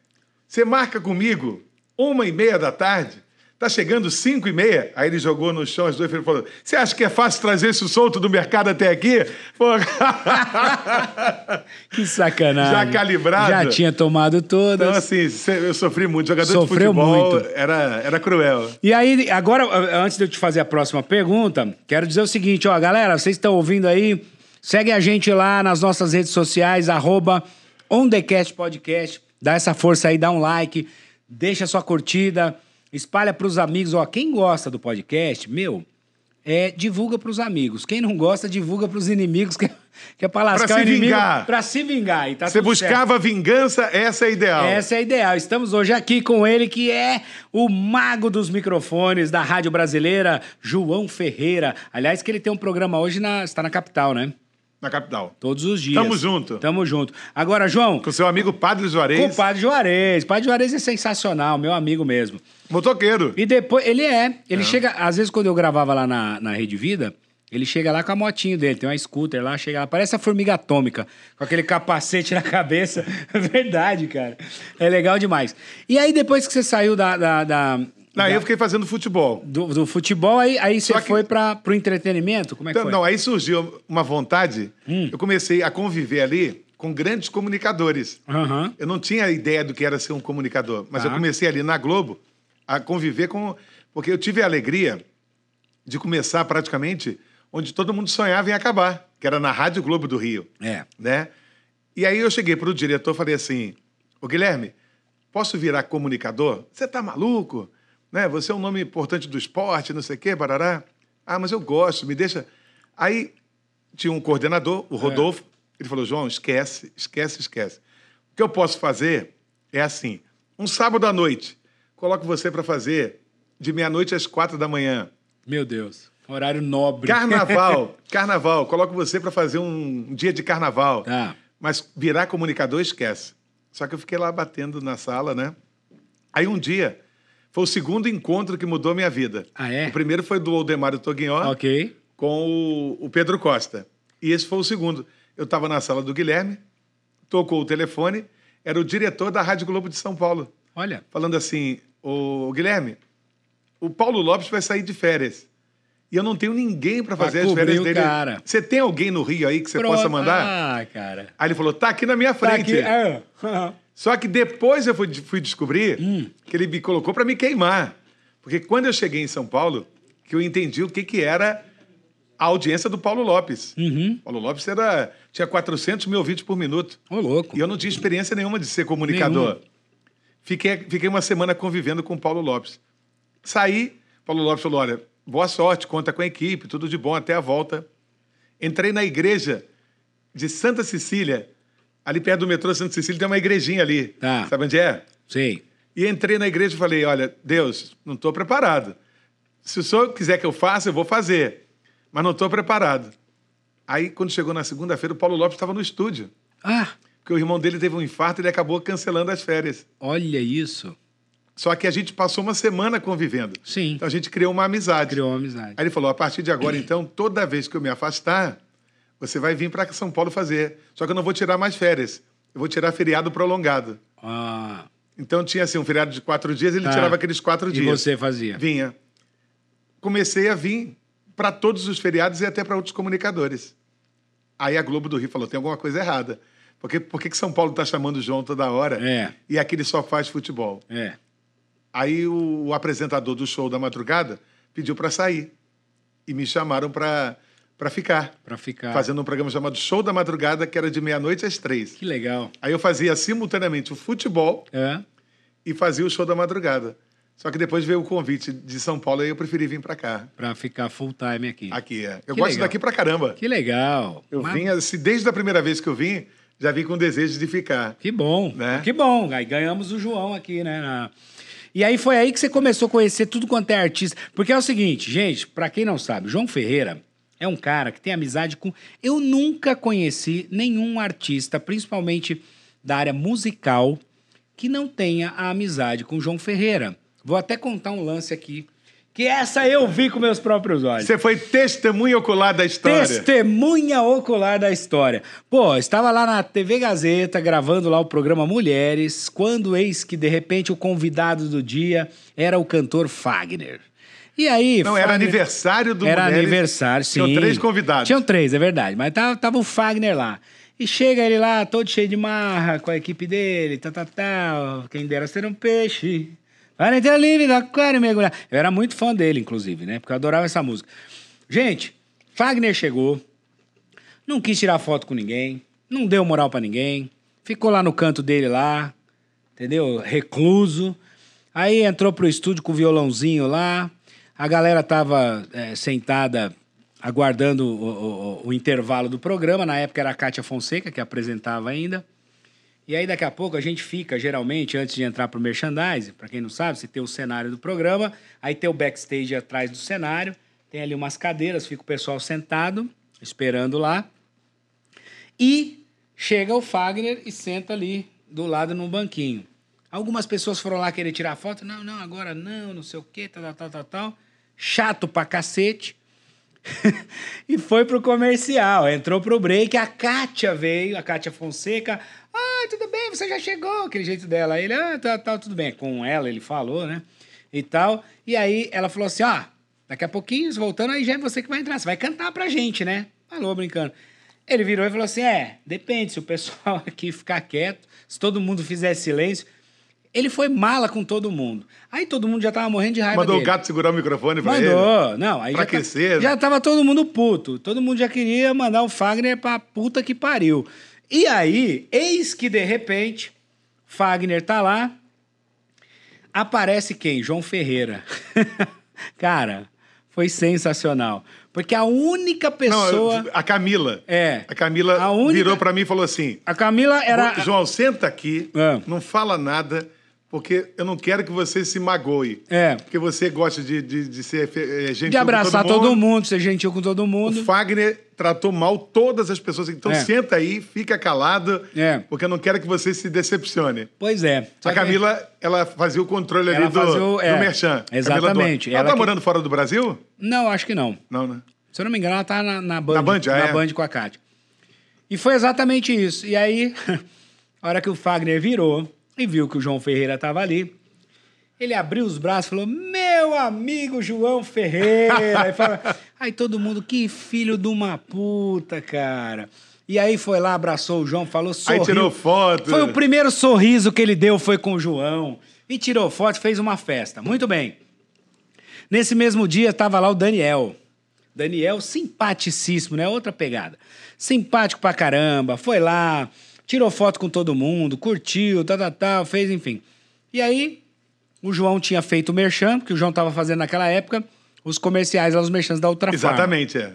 você marca comigo uma e meia da tarde? Tá chegando cinco e meia? Aí ele jogou no chão as duas e falou, você acha que é fácil trazer isso solto do mercado até aqui? Pô, Que sacanagem. Já calibrado? Já tinha tomado todas. então, assim, cê- eu sofri muito. Jogador de Sofreu futebol muito. Tá Era, era cruel. E aí, agora, antes de eu te fazer a próxima pergunta, quero dizer o seguinte, ó, galera, vocês estão ouvindo aí, Segue a gente lá nas nossas redes sociais, arroba OnTheCast Podcast. Dá essa força aí, dá um like, deixa sua curtida, espalha pros amigos. Ó, quem gosta do podcast, meu, é, divulga pros amigos. Quem não gosta, divulga pros inimigos, que, que é pra lascar se o inimigo. vingar. Pra se vingar. E tá Você tudo certo. buscava vingança, essa é a ideal. Essa é a ideal. Estamos hoje aqui com ele, que é o mago dos microfones da Rádio Brasileira, João Ferreira. Aliás, que ele tem um programa hoje, na, está na capital, né? Na capital. Todos os dias. Tamo junto. Tamo junto. Agora, João, Com seu amigo Padre com o Juarez, Padre Juarez. Padre Juarez é sensacional, meu amigo mesmo. motoqueiro. E depois, ele é. Ele chega, às vezes, quando eu gravava lá na, na Rede Vida, ele chega lá com a motinha dele, tem uma scooter lá, chega lá, parece a formiga atômica, com aquele capacete na cabeça. É verdade, cara. É legal demais. E aí, depois que você saiu da. da- da- Aí eu fiquei fazendo futebol. do, do futebol, aí, aí você Só que- foi para pro entretenimento? Como é que Então, foi? Hum. não, aí surgiu uma vontade. Eu comecei a conviver ali com grandes comunicadores. Aham. Eu não tinha ideia do que era ser um comunicador, mas Tá. eu comecei ali na Globo a conviver com. Porque eu tive a alegria de começar praticamente onde todo mundo sonhava em acabar, que era na Rádio Globo do Rio. É. né? E aí eu cheguei para o diretor e falei assim: Ô Guilherme, posso virar comunicador? Você tá maluco? Né? Você é um nome importante do esporte, não sei o quê, barará. Ah, mas eu gosto, me deixa. Aí tinha um coordenador, o Rodolfo, ele falou: João, esquece, esquece, esquece. O que eu posso fazer é assim: um sábado à noite, coloco você para fazer de meia-noite às quatro da manhã. Meu Deus. Horário nobre. Carnaval, carnaval, coloco você para fazer um dia de carnaval. Tá. Mas virar comunicador, esquece. Só que eu fiquei lá batendo na sala, né? Aí um dia, foi o segundo encontro que mudou minha vida. Ah, é? O primeiro foi do Aldemário Toguinhó Ok. com o, o Pedro Costa. E esse foi o segundo. Eu estava na sala do Guilherme, tocou o telefone, era o diretor da Rádio Globo de São Paulo Olha. falando assim: Ô Guilherme, o Paulo Lopes vai sair de férias. E eu não tenho ninguém para Pra fazer as cobrir férias o dele. cara. Você tem alguém no Rio aí que você Pronto. possa mandar? Ah, cara. Aí ele falou: tá aqui na minha Tá frente. aqui. Ah. Só que depois eu fui, fui descobrir Hum. que ele me colocou para me queimar. Porque quando eu cheguei em São Paulo, que eu entendi o que, que era a audiência do Paulo Lopes. Uhum. Paulo Lopes era, tinha 400 mil ouvintes por minuto. Ô, louco. E eu não tinha experiência nenhuma de ser comunicador. Nenhuma. Fiquei, fiquei uma semana convivendo com o Paulo Lopes. Saí, Paulo Lopes falou: olha, boa sorte, conta com a equipe, tudo de bom, até a volta. Entrei na igreja de Santa Cecília, ali perto do metrô Santa Cecília, tem uma igrejinha ali. Tá. Sabe onde é? Sei. E entrei na igreja e falei: olha, Deus, não estou preparado. Se o senhor quiser que eu faça, eu vou fazer. Mas não estou preparado. Aí, quando chegou na segunda-feira, o Paulo Lopes estava no estúdio Ah, porque o irmão dele teve um infarto e ele acabou cancelando as férias. olha isso. Só que a gente passou uma semana convivendo. Sim. Então a gente criou uma amizade. Criou uma amizade. Aí ele falou: a partir de agora, então, toda vez que eu me afastar, você vai vir para São Paulo fazer. Só que eu não vou tirar mais férias. Eu vou tirar feriado prolongado. Ah, Então tinha assim um feriado de quatro dias, ele Tá. tirava aqueles quatro e dias. você fazia? Vinha. Comecei a vir para todos os feriados e até para outros comunicadores. Aí a Globo do Rio falou: tem alguma coisa errada. Porque por que que São Paulo está chamando o João toda hora É. e aqui ele só faz futebol? É. Aí o, o apresentador do show da madrugada pediu para sair. E me chamaram para ficar, Pra ficar. fazendo um programa chamado Show da Madrugada, que era de meia-noite às três. Que legal. Aí eu fazia simultaneamente o futebol É. e fazia o show da madrugada. Só que depois veio o convite de São Paulo e eu preferi vir para cá. Pra ficar full time aqui. Aqui é. Eu Que gosto legal. daqui pra caramba. Que legal. Eu Mas- vim, assim, desde a primeira vez que eu vim, já vim com desejo de ficar. Que bom. Né? Que bom. Aí ganhamos o João aqui, né? na- E aí foi aí que você começou a conhecer tudo quanto é artista. Porque é o seguinte, gente, pra quem não sabe, João Ferreira é um cara que tem amizade com. Eu nunca conheci nenhum artista, principalmente da área musical, que não tenha a amizade com João Ferreira. Vou até contar um lance aqui. Que essa eu vi com meus próprios olhos. Você foi testemunha ocular da história. Testemunha ocular da história. Pô, eu estava lá na TV Gazeta gravando lá o programa Mulheres, quando eis que de repente o convidado do dia era o cantor Fagner. E aí. Não, era Fagner- aniversário do Era Mulheres. aniversário, sim. Tinham três convidados. Tinham três, é verdade. Mas tava, tava o Fagner lá. E chega ele lá, todo cheio de marra, com a equipe dele, tal, tal, tal. Quem dera ser um peixe. Para entrar livre da aquário e mergulhar. Eu era muito fã dele, inclusive, né? Porque eu adorava essa música. Gente, Fagner chegou, Não quis tirar foto com ninguém, não deu moral pra ninguém, ficou lá no canto dele lá, entendeu? Recluso. Aí entrou pro estúdio com o violãozinho lá, a galera tava eh, sentada aguardando o, o- o- o intervalo do programa, na época era a Cátia Fonseca que apresentava ainda. E aí daqui a pouco a gente fica, geralmente, antes de entrar pro merchandising, para quem não sabe, você tem o cenário do programa, aí tem o backstage atrás do cenário, tem ali umas cadeiras, fica o pessoal sentado, esperando lá. E chega o Fagner e senta ali do lado num banquinho. Algumas pessoas foram lá querer tirar foto, não, não, agora não, não sei o quê, tal, tal, tal, tal, tal. Chato pra cacete. e foi pro comercial, entrou pro break, a Kátia veio, a Kátia Fonseca. Ah, tudo bem, você já chegou, aquele jeito dela. Aí Ele, ah, tá, tá, tudo bem. Com ela ele falou, né? E tal. E aí ela falou assim, ó, daqui a pouquinho, voltando, aí já é você que vai entrar, você vai cantar pra gente, né? Falou, brincando. Ele virou e falou assim, é, depende, se o pessoal aqui ficar quieto, se todo mundo fizer silêncio. Ele foi mala com todo mundo. Aí todo mundo já tava morrendo de raiva Mandou dele. o gato segurar o microfone pra ele. Mandou, não. Aí Pra já, tá- aquecer, né? já tava todo mundo puto. Todo mundo já queria mandar o Fagner pra puta que pariu. E aí, eis que de repente, Fagner tá lá. Aparece quem? João Ferreira. Cara, foi sensacional. Porque a única Não, pessoa. a Camila. É. A Camila A única- virou pra mim e falou assim: A Camila era. João, senta aqui, É. não fala nada, porque eu não quero que você se magoe. É. Porque você gosta de, de, de ser eh, gentil De abraçar com todo mundo. todo mundo, ser gentil com todo O mundo. Fagner tratou mal todas as pessoas. Então É. senta aí, fica calado, É. porque eu não quero que você se decepcione. Pois é. Só A que- Camila, ela fazia o controle ali Ela do, fazia o- do é, Merchan. exatamente. Camila Duarte. Ela, Ela tá que- morando fora do Brasil? Não, acho que não. Não, né? Se eu não me engano, ela tá na, na Band. Na Band, ah, é? Band com a Kátia. E foi exatamente isso. E aí, a hora que o Fagner virou e viu que o João Ferreira tava ali, ele abriu os braços e falou: Meu amigo João Ferreira. E fala- aí todo mundo, que filho de uma puta, cara. E aí foi lá, abraçou o João, falou, sorriu. tirou foto. Foi o primeiro sorriso que ele deu foi com o João. E tirou foto, fez uma festa. Muito bem. Nesse mesmo dia estava lá o Daniel. Daniel, simpaticíssimo, né? Outra pegada. Simpático pra caramba, foi lá, tirou foto com todo mundo, curtiu, tal, tal, tal, fez, enfim. E aí, o João tinha feito o merchan, que o João estava fazendo naquela época, os comerciais lá, os merchans da Ultrafarma. Exatamente, é.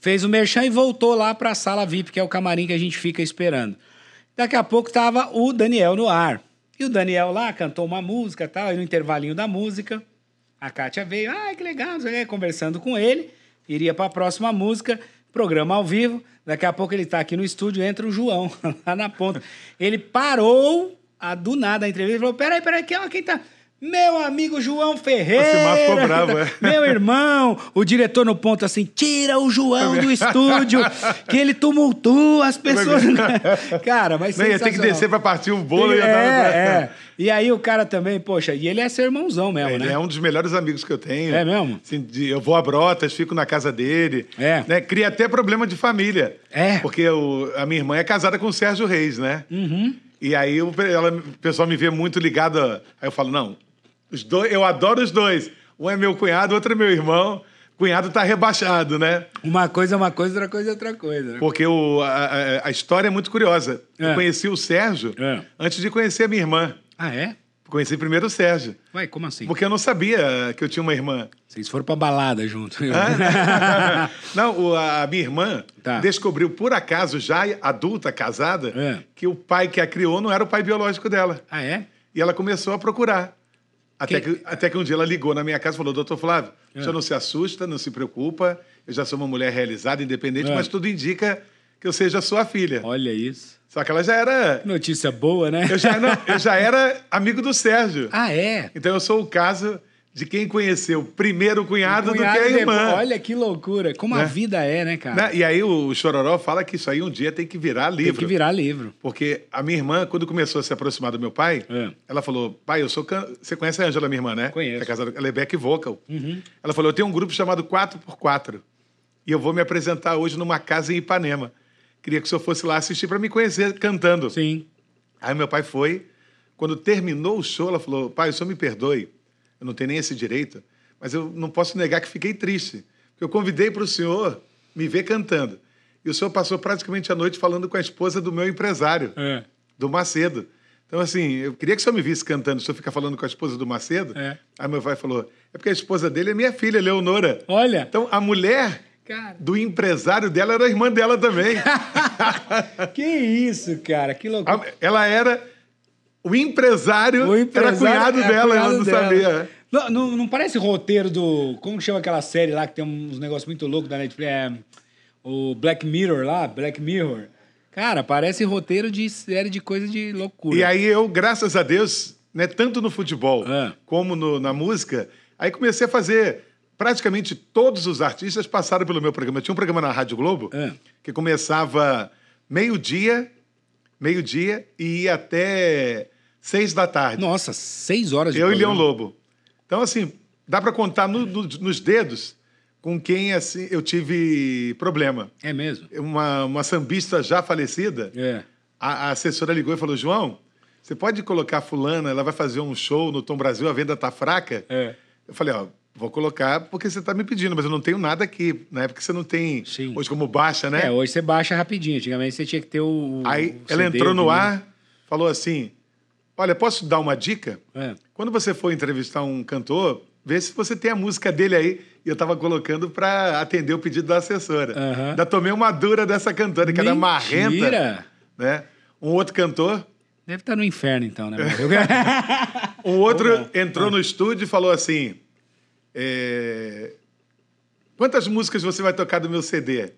Fez o merchan e voltou lá pra sala VIP, que é o camarim que a gente fica esperando. Daqui a pouco tava o Daniel no ar. E o Daniel lá cantou uma música e tal, aí no intervalinho da música, a Kátia veio, ah, que legal, não sei o quê", conversando com ele, iria pra próxima música, programa ao vivo. Daqui a pouco ele tá aqui no estúdio, entra o João, lá na ponta. Ele parou a, do nada a entrevista e falou: peraí, peraí, quem, quem tá. Meu amigo João Ferreira. Simar ficou bravo, é. Meu irmão, o diretor no ponto assim, tira o João do estúdio, que ele tumultua as pessoas. Cara, mas Não, ia ter que sensacional. descer pra partir o bolo. e ia dar- É, é. E aí o cara também, poxa, e ele é seu irmãozão mesmo, Ele né? é um dos melhores amigos que eu tenho. É mesmo? Assim, de- eu vou a Brotas, fico na casa dele. É. Né? Cria até problema de família. É. Porque o- a minha irmã é casada com o Sérgio Reis, né? Uhum. E aí o, pe- ela- o pessoal me vê muito ligado. a- Aí eu falo, não, os dois, eu adoro os dois. Um é meu cunhado, outro é meu irmão. Cunhado tá rebaixado, né? Uma coisa é uma coisa, outra coisa é outra coisa. né? Porque o- a, a- a história é muito curiosa. É. Eu conheci o Sérgio É. antes de conhecer a minha irmã. Ah, é? Conheci primeiro o Sérgio. Ué, como assim? Porque eu não sabia que eu tinha uma irmã. Vocês foram pra balada junto. Hã? Não, o- a minha irmã Tá. descobriu, por acaso, já adulta, casada, É. que o pai que a criou não era o pai biológico dela. ah, é? E ela começou a procurar. Até Quem- É. que, até que um dia ela ligou na minha casa e falou: Doutor Flávio, o senhor não se assusta, não se preocupa, eu já sou uma mulher realizada, independente, É. mas tudo indica que eu seja sua filha. Olha isso. Só que ela já era. Notícia boa, né? Eu já, não, eu já era amigo do Sérgio. Ah, é? Então eu sou o caso de quem conheceu primeiro o cunhado, Cunhado do que e a irmã. depois- Olha que loucura. Como a Né? vida é, né, cara? Né? E aí o Chororó fala que isso aí um dia tem que virar Tem livro. que virar livro. Porque a minha irmã, quando começou a se aproximar do meu pai, É. ela falou: Pai, eu sou. can- Você conhece a Ângela, minha irmã, né? Conheço. Uhum. Que é casada- Ela é back vocal. Ela falou: Eu tenho um grupo chamado 4x4 e eu vou me apresentar hoje numa casa em Ipanema. Queria que o senhor fosse lá assistir para me conhecer cantando. Sim. Aí meu pai foi. Quando terminou o show, ela falou: Pai, o senhor me perdoe, eu não tenho nem esse direito, mas eu não posso negar que fiquei triste. Porque eu convidei para o senhor me ver cantando. E o senhor passou praticamente a noite falando com a esposa do meu empresário, É. do Macedo. Então, assim, eu queria que o senhor me visse cantando, o senhor fica falando com a esposa do Macedo. É. Aí meu pai falou: é porque a esposa dele é minha filha, Leonora. Olha. Então, a mulher Cara. do empresário dela era a irmã dela também. Que isso, cara. Que loucura. A- Ela era. O empresário, era cunhado era é cunhado dela, ela não dela. sabia. Não, não, não parece roteiro do. Como que chama aquela série lá que tem uns negócios muito loucos da Netflix? É, o Black Mirror lá, Black Mirror. Cara, parece roteiro de série de coisa de loucura. E aí eu, graças a Deus, né, tanto no futebol É. como no- na música, aí comecei a fazer. Praticamente todos os artistas passaram pelo meu programa. Eu tinha um programa na Rádio Globo É. que começava meio-dia, meio-dia e ia até seis da tarde. Nossa, seis horas de Eu e Leão programa. Lobo. Então, assim, dá para contar no- no- nos dedos com quem assim, eu tive problema. É mesmo? Uma, uma sambista já falecida, É. a, a assessora ligou e falou: João, você pode colocar fulana, ela vai fazer um show no Tom Brasil, a venda tá fraca? É. Eu falei, ó, vou colocar porque você tá me pedindo, mas eu não tenho nada aqui. Na época você não tem Sim. hoje como baixa, né? É, hoje você baixa rapidinho. Antigamente você tinha que ter o. o Aí ela CD, entrou o no vinil. ar, falou assim: Olha, posso dar uma dica? É. Quando você for entrevistar um cantor, vê se você tem a música dele aí. E eu tava colocando para atender o pedido da assessora. Aham. Ainda tomei uma dura dessa cantora, que era marrenta. Mentira! Né? Um outro cantor, Deve estar no inferno então, né? meu? um outro entrou Ah. no estúdio e falou assim: é, Quantas músicas você vai tocar do meu CD?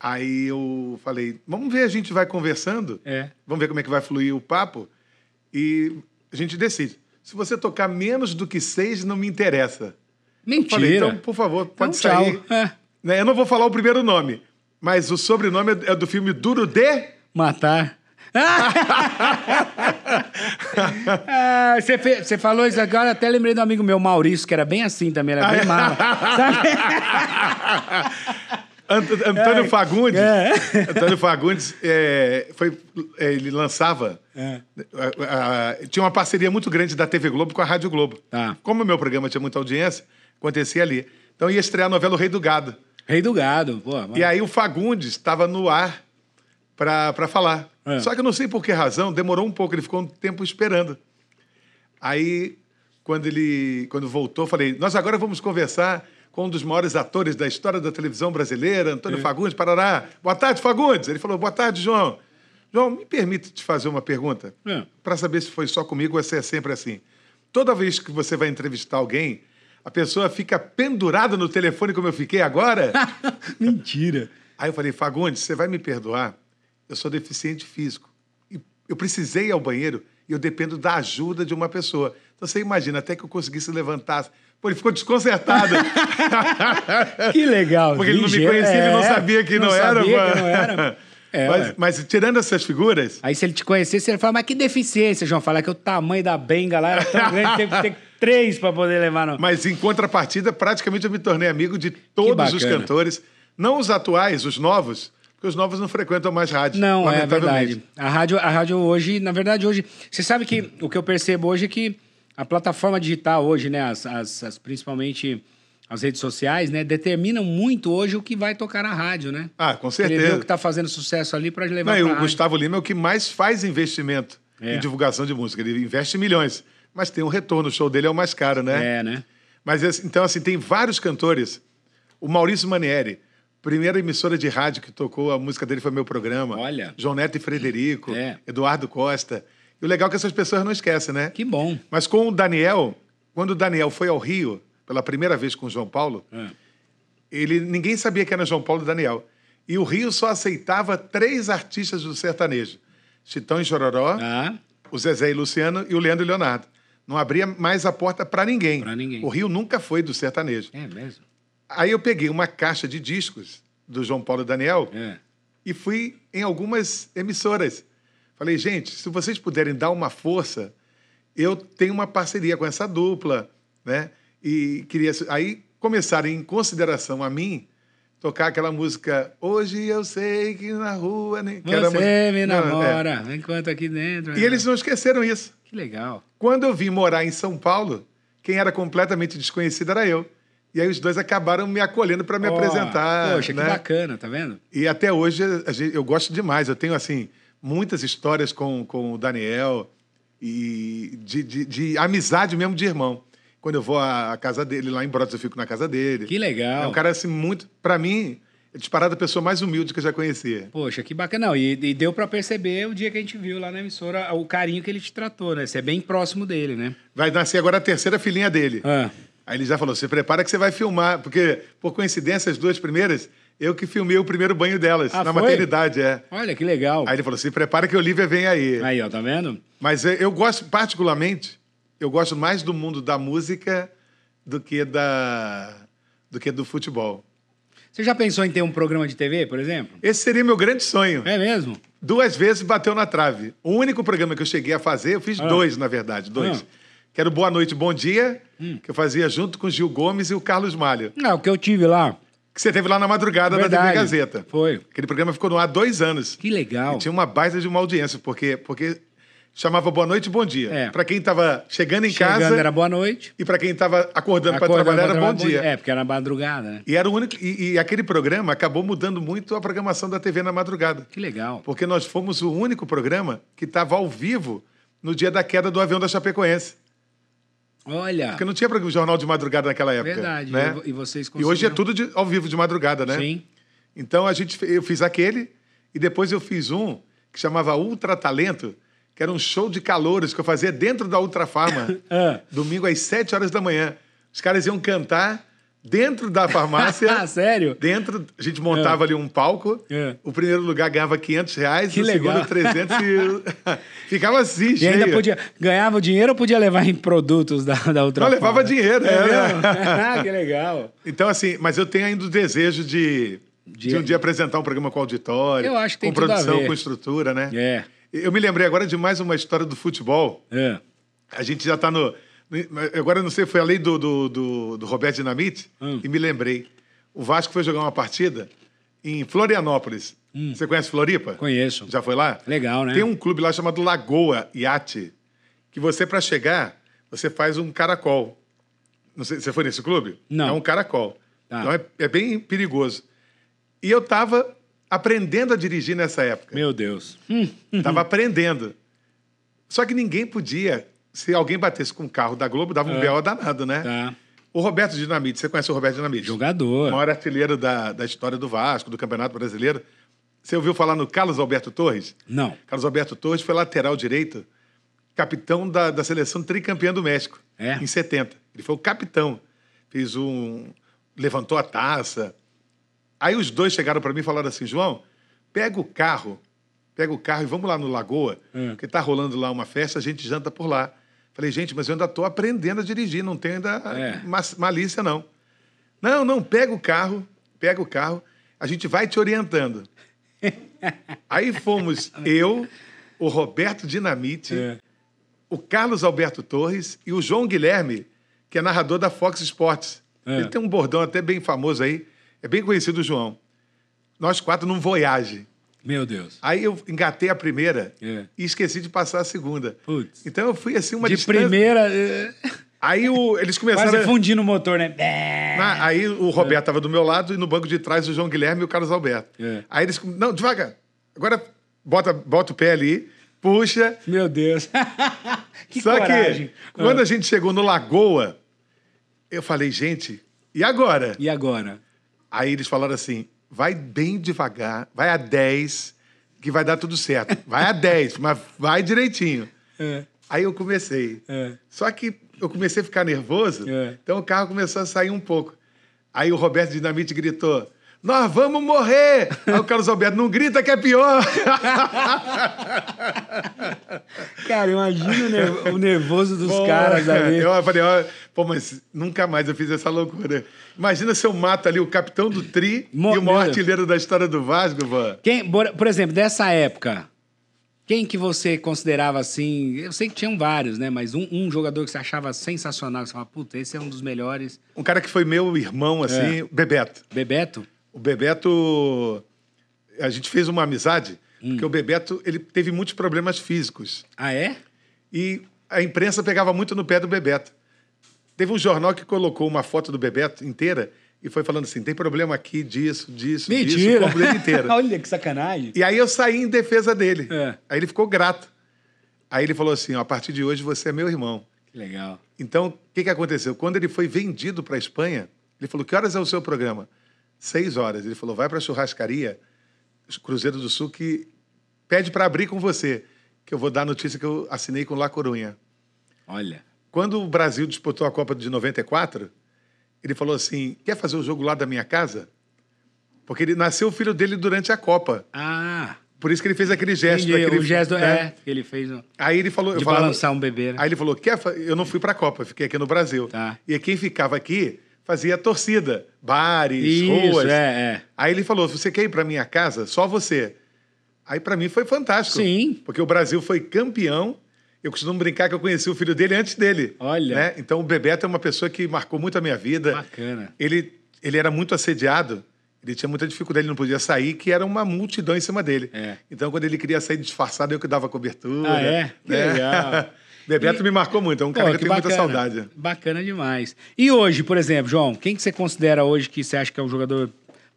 Aí eu falei: Vamos ver, a gente vai conversando. é. Vamos ver como é que vai fluir o papo. E a gente decide. Se você tocar menos do que seis, não me interessa. Mentira. Falei, então, por favor, pode Então, tchau. sair. É. Né, Eu não vou falar o primeiro nome, mas o sobrenome é do filme Duro de. Matar. Ah, Você fe- você falou isso agora, até lembrei do amigo meu, Maurício, que era bem assim também, era bem mal. Ant- Antônio É. Fagundes. É. Antônio Fagundes é, foi, é, ele lançava. É. a- a- tinha uma parceria muito grande da TV Globo com a Rádio Globo. Tá. Como o meu programa tinha muita audiência, acontecia ali. Então ia estrear a novela O Rei do Gado. Rei do gado, pô. E aí o Fagundes estava no ar para falar. É. Só que eu não sei por que razão, demorou um pouco, ele ficou um tempo esperando. Aí, quando ele quando voltou, eu falei: Nós agora vamos conversar com um dos maiores atores da história da televisão brasileira, Antônio É. Fagundes, Parará. Boa tarde, Fagundes. Ele falou: Boa tarde, João. João, me permite te fazer uma pergunta? É. Para saber se foi só comigo ou se é sempre assim. Toda vez que você vai entrevistar alguém, a pessoa fica pendurada no telefone como eu fiquei agora? Mentira. Aí eu falei, Fagundes, você vai me perdoar? Eu sou deficiente físico. E eu precisei ir ao banheiro e eu dependo da ajuda de uma pessoa. Então você imagina, até que eu conseguisse levantar. Pô, ele ficou desconcertado. Que legal. Porque ele não me ligeiro. conhecia, ele não É, sabia que não, era. sabia uma- que não era. É, mas, ué. mas tirando essas figuras, Aí se ele te conhecesse, ele ia falar, mas que deficiência, João. Falar que o tamanho da benga lá era tão grande, teve que ter três pra poder levar no... mas em contrapartida, praticamente eu me tornei amigo de todos os bacana. cantores. Não os atuais, os novos, porque os novos não frequentam mais rádio. Não, é lamentavelmente. verdade. A rádio, a rádio hoje, na verdade, hoje. Você sabe que o que eu percebo hoje é que a plataforma digital hoje, né? As, as- as- principalmente as redes sociais, né? Determinam muito hoje o que vai tocar na rádio, né? Ah, com Ele vê certeza. o que tá fazendo sucesso ali pra levar Não, e pra o rádio. Gustavo Lima é o que mais faz investimento É. em divulgação de música. Ele investe milhões, mas tem um retorno. O show dele é o mais caro, né? É, né? Mas assim, então, assim, tem vários cantores. O Maurício Manieri, primeira emissora de rádio que tocou a música dele foi meu programa. Olha. João Neto e Frederico, É. Eduardo Costa. E o legal é que essas pessoas não esquecem, né? Que bom. Mas com o Daniel, quando o Daniel foi ao Rio pela primeira vez com o João Paulo, É. ele ninguém sabia que era João Paulo e Daniel. E o Rio só aceitava três artistas do sertanejo: Chitão e Chororó, Ah, o Zezé e Luciano e o Leandro e Leonardo. Não abria mais a porta para ninguém. Pra ninguém. O Rio nunca foi do sertanejo. é mesmo. Aí eu peguei uma caixa de discos do João Paulo e Daniel É. e fui em algumas emissoras. Falei, gente, se vocês puderem dar uma força, eu tenho uma parceria com essa dupla, né? E queria aí começaram em consideração a mim tocar aquela música Hoje eu sei que na rua nem que era Você muito- me Não, é. namora, enquanto aqui dentro. né? E eles não esqueceram isso. Que legal. Quando eu vim morar em São Paulo, quem era completamente desconhecido era eu. E aí os dois acabaram me acolhendo para me Ó, apresentar. Poxa, né? que bacana, tá vendo? E até hoje a gente- eu gosto demais. Eu tenho, assim, muitas histórias com, com o Daniel e de, de- de amizade mesmo de irmão. Quando eu vou à à casa dele, lá em Brotas, eu fico na casa dele. Que legal. É um cara, assim, muito... Pra mim, é disparado a pessoa mais humilde que eu já conhecia. Poxa, que bacana. Não, e, e deu pra perceber o dia que a gente viu lá na emissora o carinho que ele te tratou, né? Você é bem próximo dele, né? Vai nascer agora a terceira filhinha dele. Ah, Aí ele já falou, se prepara que você vai filmar. Porque, por coincidência, as duas primeiras, eu que filmei o primeiro banho delas, Ah, na foi? maternidade, é. olha que legal. Aí ele falou, se prepara que a Olivia vem aí. Aí, ó, tá vendo? Mas eu- eu gosto, particularmente, eu gosto mais do mundo da música do que da do que do futebol. Você já pensou em ter um programa de TV, por exemplo? Esse seria meu grande sonho. É mesmo? Duas vezes bateu na trave. O único programa que eu cheguei a fazer, eu fiz dois, na verdade, dois. Ah. Hum. Que era o Boa Noite, Bom Dia, que eu fazia junto com o Gil Gomes e o Carlos Malho. Não, Ah, o que eu tive lá. Que você teve lá na madrugada da Verdade. TV Gazeta. Foi. Aquele programa ficou no ar dois anos. Que legal. E tinha uma baita de uma audiência, porque, porque chamava Boa Noite, Bom Dia. É. Pra quem tava chegando um em Chegando casa... era boa noite. E para quem estava acordando para acordando trabalhar, era bom trabalhar, dia. É, porque era madrugada, né? E era o único e, e aquele programa acabou mudando muito a programação da TV na madrugada, Que legal. porque nós fomos o único programa que estava ao vivo no dia da queda do avião da Chapecoense, Olha, porque não tinha programa- jornal de madrugada naquela época. verdade. né? E vocês E hoje é tudo de- ao vivo de madrugada, né? Sim. Então a gente, fe- eu fiz aquele e depois eu fiz um que chamava Ultra Talento, que era um show de calouros que eu fazia dentro da Ultra Farma, Ah. domingo às 7 horas da manhã. Os caras iam cantar dentro da Ah, farmácia. sério? Dentro, a gente montava ali um palco. É. O primeiro lugar ganhava 500 reais, Que o legal. segundo 300 e... Ficava assim, E cheio. ainda podia. Ganhava o dinheiro ou podia levar em produtos da, da outra Não, levava forma? dinheiro, né? É era. mesmo? Ah, que legal. Então, assim, mas eu tenho ainda o desejo de, De- de um dia apresentar um programa com auditório, Eu acho que tem com tudo a produção, ver. com estrutura, né? É. Eu me lembrei agora de mais uma história do futebol. é. A gente já está no. no- Agora eu não sei, foi a lei do, do, do, do Roberto Dinamite Hum. e me lembrei. O Vasco foi jogar uma partida em Florianópolis. Você conhece Floripa? Hum. Conheço. Já foi lá? Legal, né? Tem um clube lá chamado Lagoa Iate, que você, para chegar, você faz um caracol. Não sei, você foi nesse clube? Não. É um caracol. Tá. Então é, é bem perigoso. E eu estava aprendendo a dirigir nessa época. Meu Deus. Hum, Tava aprendendo. Só que ninguém podia. Se alguém batesse com o carro da Globo, dava um B.O. danado, né? Tá. O Roberto Dinamite, você conhece o Roberto Dinamite? O Jogador. maior artilheiro da, da história do Vasco, do Campeonato Brasileiro. Você ouviu falar no Carlos Alberto Torres? Não. Carlos Alberto Torres foi lateral direito, capitão da, da seleção tricampeã do México, É? em 70. Ele foi o capitão. Fez um. levantou a taça. Aí os dois chegaram para mim e falaram assim: João, pega o carro, pega o carro e vamos lá no Lagoa, É. porque tá rolando lá uma festa, a gente janta por lá. Falei, gente, mas eu ainda estou aprendendo a dirigir, não tenho ainda É. ma- malícia, não. Não, não, pega o carro, pega o carro, a gente vai te orientando. Aí fomos eu, o Roberto Dinamite, É. o Carlos Alberto Torres e o João Guilherme, que é narrador da Fox Sports. É. Ele tem um bordão até bem famoso aí, é bem conhecido o João. Nós quatro num voyage. Meu Deus. Aí eu engatei a primeira É. e esqueci de passar a segunda. Putz. Então eu fui assim uma De distância. é- primeira. eh, Aí o- eles começaram. Quase a- fundindo o motor, né? Bé. Na- aí o Roberto estava do meu lado e no banco de trás o João Guilherme e o Carlos Alberto. É. Aí eles. com- Não, devagar. Agora bota, bota o pé ali, puxa. Meu Deus. que Só coragem. Ah. que quando a gente chegou no Lagoa, eu falei, gente, e agora? Ah, E agora? Aí eles falaram assim: vai bem devagar, vai a 10, que vai dar tudo certo. Vai a 10, mas vai direitinho. É. Aí eu comecei. É. Só que eu comecei a ficar nervoso, É. então o carro começou a sair um pouco. Aí o Roberto Dinamite gritou: Nós vamos morrer! Aí o Carlos Alberto, não grita que é pior! Cara, imagina o, nerv- o nervoso dos caras ali. Eu falei, ó, pô, mas nunca mais eu fiz essa loucura. Imagina se eu mato ali o capitão do Tri Mo- e o maior meu Deus. artilheiro da história do Vasco, pô. Quem, por, por exemplo, dessa época, quem que você considerava assim? Eu sei que tinham vários, né? Mas um, um jogador que você achava sensacional, que você falava, puta, esse é um dos melhores. Um cara que foi meu irmão, assim, É. o Bebeto. Bebeto? O Bebeto. A gente fez uma amizade, Hum. porque o Bebeto ele teve muitos problemas físicos. Ah, é? E a imprensa pegava muito no pé do Bebeto. Teve um jornal que colocou uma foto do Bebeto inteira e foi falando assim: tem problema aqui, disso, disso, disso, Mentira. o problema inteiro. Olha que sacanagem. E aí eu saí em defesa dele. É. Aí ele ficou grato. Aí ele falou assim: ó, a partir de hoje você é meu irmão. Que legal. Então, o que, que aconteceu? Quando ele foi vendido para a Espanha, ele falou: que horas é o seu programa? Seis horas. Ele falou: vai para a churrascaria, Cruzeiro do Sul, que pede para abrir com você, que eu vou dar a notícia que eu assinei com La Corunha. Olha. Quando o Brasil disputou a Copa de 94, ele falou assim: quer fazer o jogo lá da minha casa? Porque ele nasceu o filho dele durante a Copa. Ah. Por isso que ele fez aquele gesto. Entendi, daquele- o gesto né? é, que ele fez no- Aí ele falou. eu de falava- balançar um bebê. né? Aí ele falou: Quer fa- eu não fui para a Copa, fiquei aqui no Brasil. Tá. E quem ficava aqui fazia a torcida, bares, Isso, ruas. é, é. Aí ele falou: Você quer ir para minha casa? Só você. Aí para mim foi fantástico. Sim. Porque o Brasil foi campeão. Eu costumo brincar que eu conheci o filho dele antes dele. Olha. né? Então o Bebeto é uma pessoa que marcou muito a minha vida. Bacana. Ele, ele era muito assediado. Ele tinha muita dificuldade, ele não podia sair, que era uma multidão em cima dele. É. Então, quando ele queria sair disfarçado, eu que dava cobertura. Ah, é? Que né? legal. Bebeto E- me marcou muito, é um cara Pô, que eu tenho muita saudade. Bacana demais. E hoje, por exemplo, João, quem que você considera hoje que você acha que é um jogador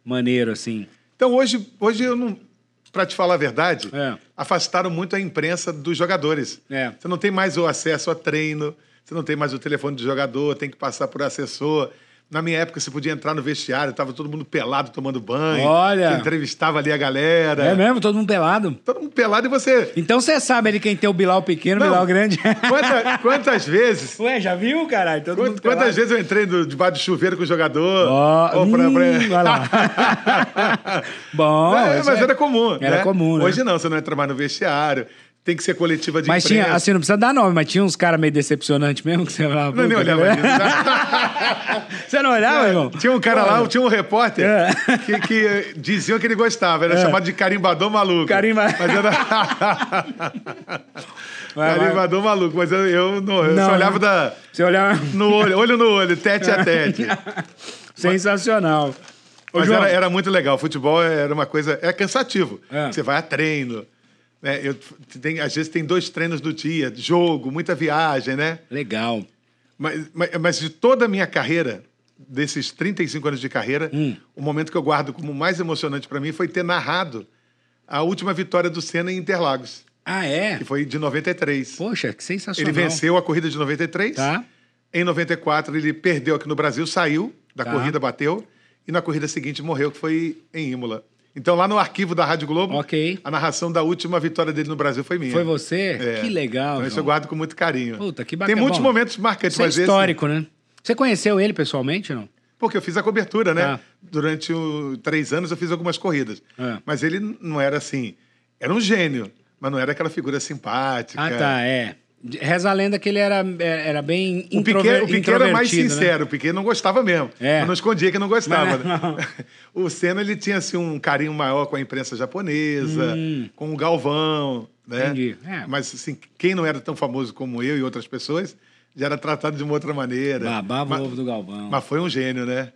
maneiro, assim? Então, hoje, hoje eu não. Pra te falar a verdade, É. afastaram muito a imprensa dos jogadores. É. Você não tem mais o acesso a treino, você não tem mais o telefone do jogador, tem que passar por assessor. Na minha época, você podia entrar no vestiário, tava todo mundo pelado tomando banho. Olha! Você entrevistava ali a galera. É mesmo? Todo mundo pelado? Todo mundo pelado e você. Então você sabe ali quem tem o Bilal pequeno, o Não. Bilal grande. Quanta- quantas vezes. Ué, já viu, caralho? Todo quant- mundo quantas pelado. vezes eu entrei do- debaixo do chuveiro com o jogador? Ó, ou pra- hum, pra- vai lá. Bom, É, isso mas é- era comum. Era né? comum, né? Hoje não, você não entra mais no vestiário, tem que ser coletiva de Mas imprensa. tinha, assim, não precisa dar nome, mas tinha uns caras meio decepcionantes mesmo que você falava. Não, nem puta, olhava né? nisso. Você não olhava, irmão? Tinha um cara lá, tinha um repórter É. que, que, eh, diziam que ele gostava. Era chamado de carimbador maluco. Carimba- Mas era... vai. carimbador maluco. Mas eu, eu não, eu Não, né? só olhava não. da, Você olhava. no olho, olho no olho, tete a tete. Sensacional. Ô, Mas João, era, era muito legal. Futebol era uma coisa. É cansativo. É. Você vai a treino. Né? Eu, tem, às vezes tem dois treinos no dia, jogo, muita viagem, né? Legal. Mas, mas, mas de toda a minha carreira, desses 35 anos de carreira, Hum. o momento que eu guardo como mais emocionante para mim foi ter narrado a última vitória do Senna em Interlagos, Ah, é? que foi de 93. Poxa, que sensacional. Ele venceu a corrida de 93. Tá. Em 94, ele perdeu aqui no Brasil, saiu da Tá. corrida, bateu. E na corrida seguinte morreu, que foi em Imola. Então, lá no arquivo da Rádio Globo, Ok. a narração da última vitória dele no Brasil foi minha. Foi você? É. Que legal. Então, isso eu João. guardo com muito carinho. Puta, que bacana. Tem muitos Bom, momentos marcantes, Isso é mas esse... histórico, né? Você conheceu ele pessoalmente ou não? Porque eu fiz a cobertura, né? Tá. Durante o- três anos eu fiz algumas corridas. É. Mas ele n- não era assim... Era um gênio, mas não era aquela figura simpática. Ah, tá, é. De- Reza a lenda que ele era, é, era bem O Piquet, introver- o Piquet era mais introvertido, né? sincero, o Piquet não gostava mesmo. É. Mas não escondia que não gostava. Mas né? não. O Senna ele tinha assim, um carinho maior com a imprensa japonesa, com o Galvão. Né? Hum. Entendi, é. Mas assim, quem não era tão famoso como eu e outras pessoas já era tratado de uma outra maneira. Babava mas, o ovo do Galvão. mas foi um gênio, né?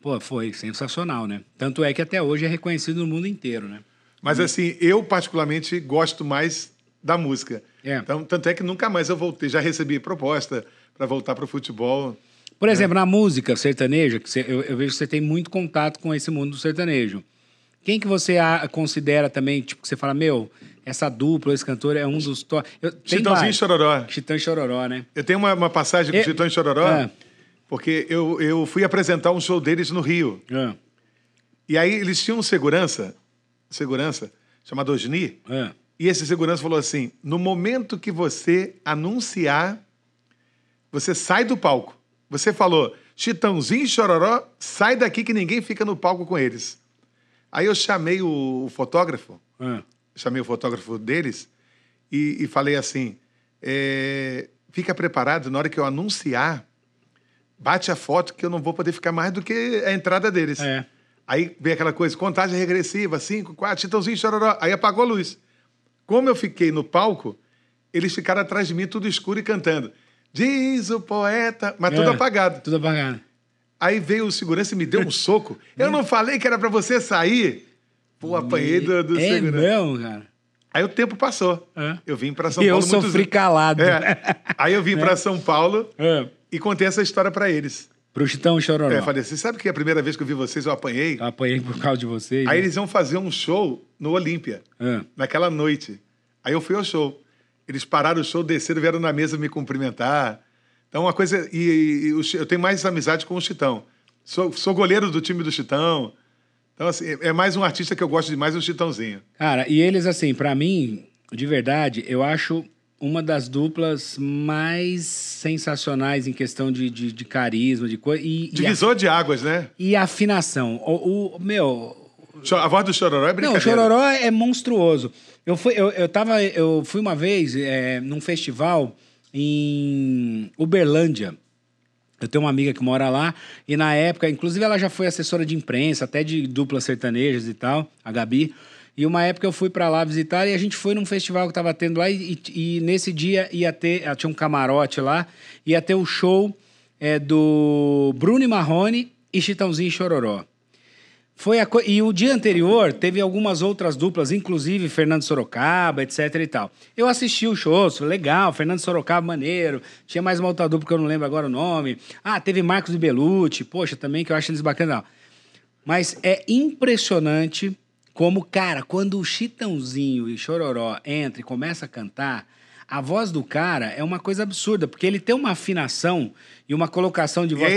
Pô, foi sensacional, né? Tanto é que até hoje é reconhecido no mundo inteiro, né? Mas assim, eu particularmente gosto mais da música. É. Então, tanto é que nunca mais eu voltei. Já recebi proposta para voltar para o futebol. Por exemplo, na música sertaneja, que você- eu, eu vejo que você tem muito contato com esse mundo do sertanejo. Quem que você a- considera também, tipo, que você fala, meu, essa dupla, esse cantor é um dos top... Eu, tem Chitãozinho e vários. Chororó. Chitão e Chororó, né? Eu tenho uma, uma passagem com É, o Chitão e Chororó, é. porque eu, eu fui apresentar um show deles no Rio. Ah, E aí eles tinham um segurança, segurança, chamado Osni, ah. e esse segurança falou assim: no momento que você anunciar, você sai do palco. Você falou, Chitãozinho e Chororó, sai daqui que ninguém fica no palco com eles. Aí eu chamei o- o fotógrafo, ah. chamei o fotógrafo deles e, e falei assim: é, fica preparado, na hora que eu anunciar, bate a foto que eu não vou poder ficar mais do que a entrada deles. É. Aí veio aquela coisa, contagem regressiva, cinco, quatro, chitãozinho, chororó. Aí apagou a luz. Como eu fiquei no palco, eles ficaram atrás de mim, tudo escuro e cantando. Diz o poeta, mas tudo É, apagado. Tudo apagado. Aí veio o segurança e me deu um soco. Eu não falei que era pra você sair. Pô, apanhei do, do é segurança. mesmo, cara? Aí o tempo passou. É. Eu vim para São E eu Paulo. sofri Né? muitos- calado. É. Aí eu vim para São Paulo Ah, E contei essa história pra eles. Pro Chitão e Chororó. É, falei assim, sabe que a primeira vez que eu vi vocês eu apanhei? Eu apanhei por causa de vocês. Aí né? eles iam fazer um show no Olímpia, Ah. naquela noite. Aí eu fui ao show. Eles pararam o show, desceram, vieram na mesa me cumprimentar. Então, uma coisa. E, e- e o Chi- eu tenho mais amizade com o Chitão. Sou, sou goleiro do time do Chitão. Então, assim, é é mais um artista que eu gosto demais, é o Chitãozinho. Cara, e eles, assim, pra mim, de verdade, eu acho uma das duplas mais sensacionais em questão de, de, de carisma, de coisa. E, e, a- Divisor de águas, né? e a afinação. O, o- meu. Cho- A voz do Chororó é Não, brincadeira. o Chororó é monstruoso. Eu fui, eu, eu tava, eu fui uma vez é, num festival em Uberlândia. Eu tenho uma amiga que mora lá, e na época, inclusive ela já foi assessora de imprensa, até de duplas sertanejas e tal, a Gabi. E uma época eu fui pra lá visitar e a gente foi num festival que tava tendo lá, e, e- e nesse dia ia ter, ah, tinha um camarote lá, ia ter o show é, do Bruno e Marrone e Chitãozinho e Chororó. Foi a co... E o dia anterior teve algumas outras duplas, inclusive Fernando Sorocaba, etc e tal. Eu assisti o show, legal, Fernando Sorocaba, maneiro. Tinha mais uma outra dupla que eu não lembro agora o nome. Ah, teve Marcos e Belucci, poxa, também que eu acho eles bacanas. Mas é impressionante como, cara, quando o Chitãozinho e Chororó entra e começa a cantar, a voz do cara é uma coisa absurda, porque ele tem uma afinação e uma colocação de E voz a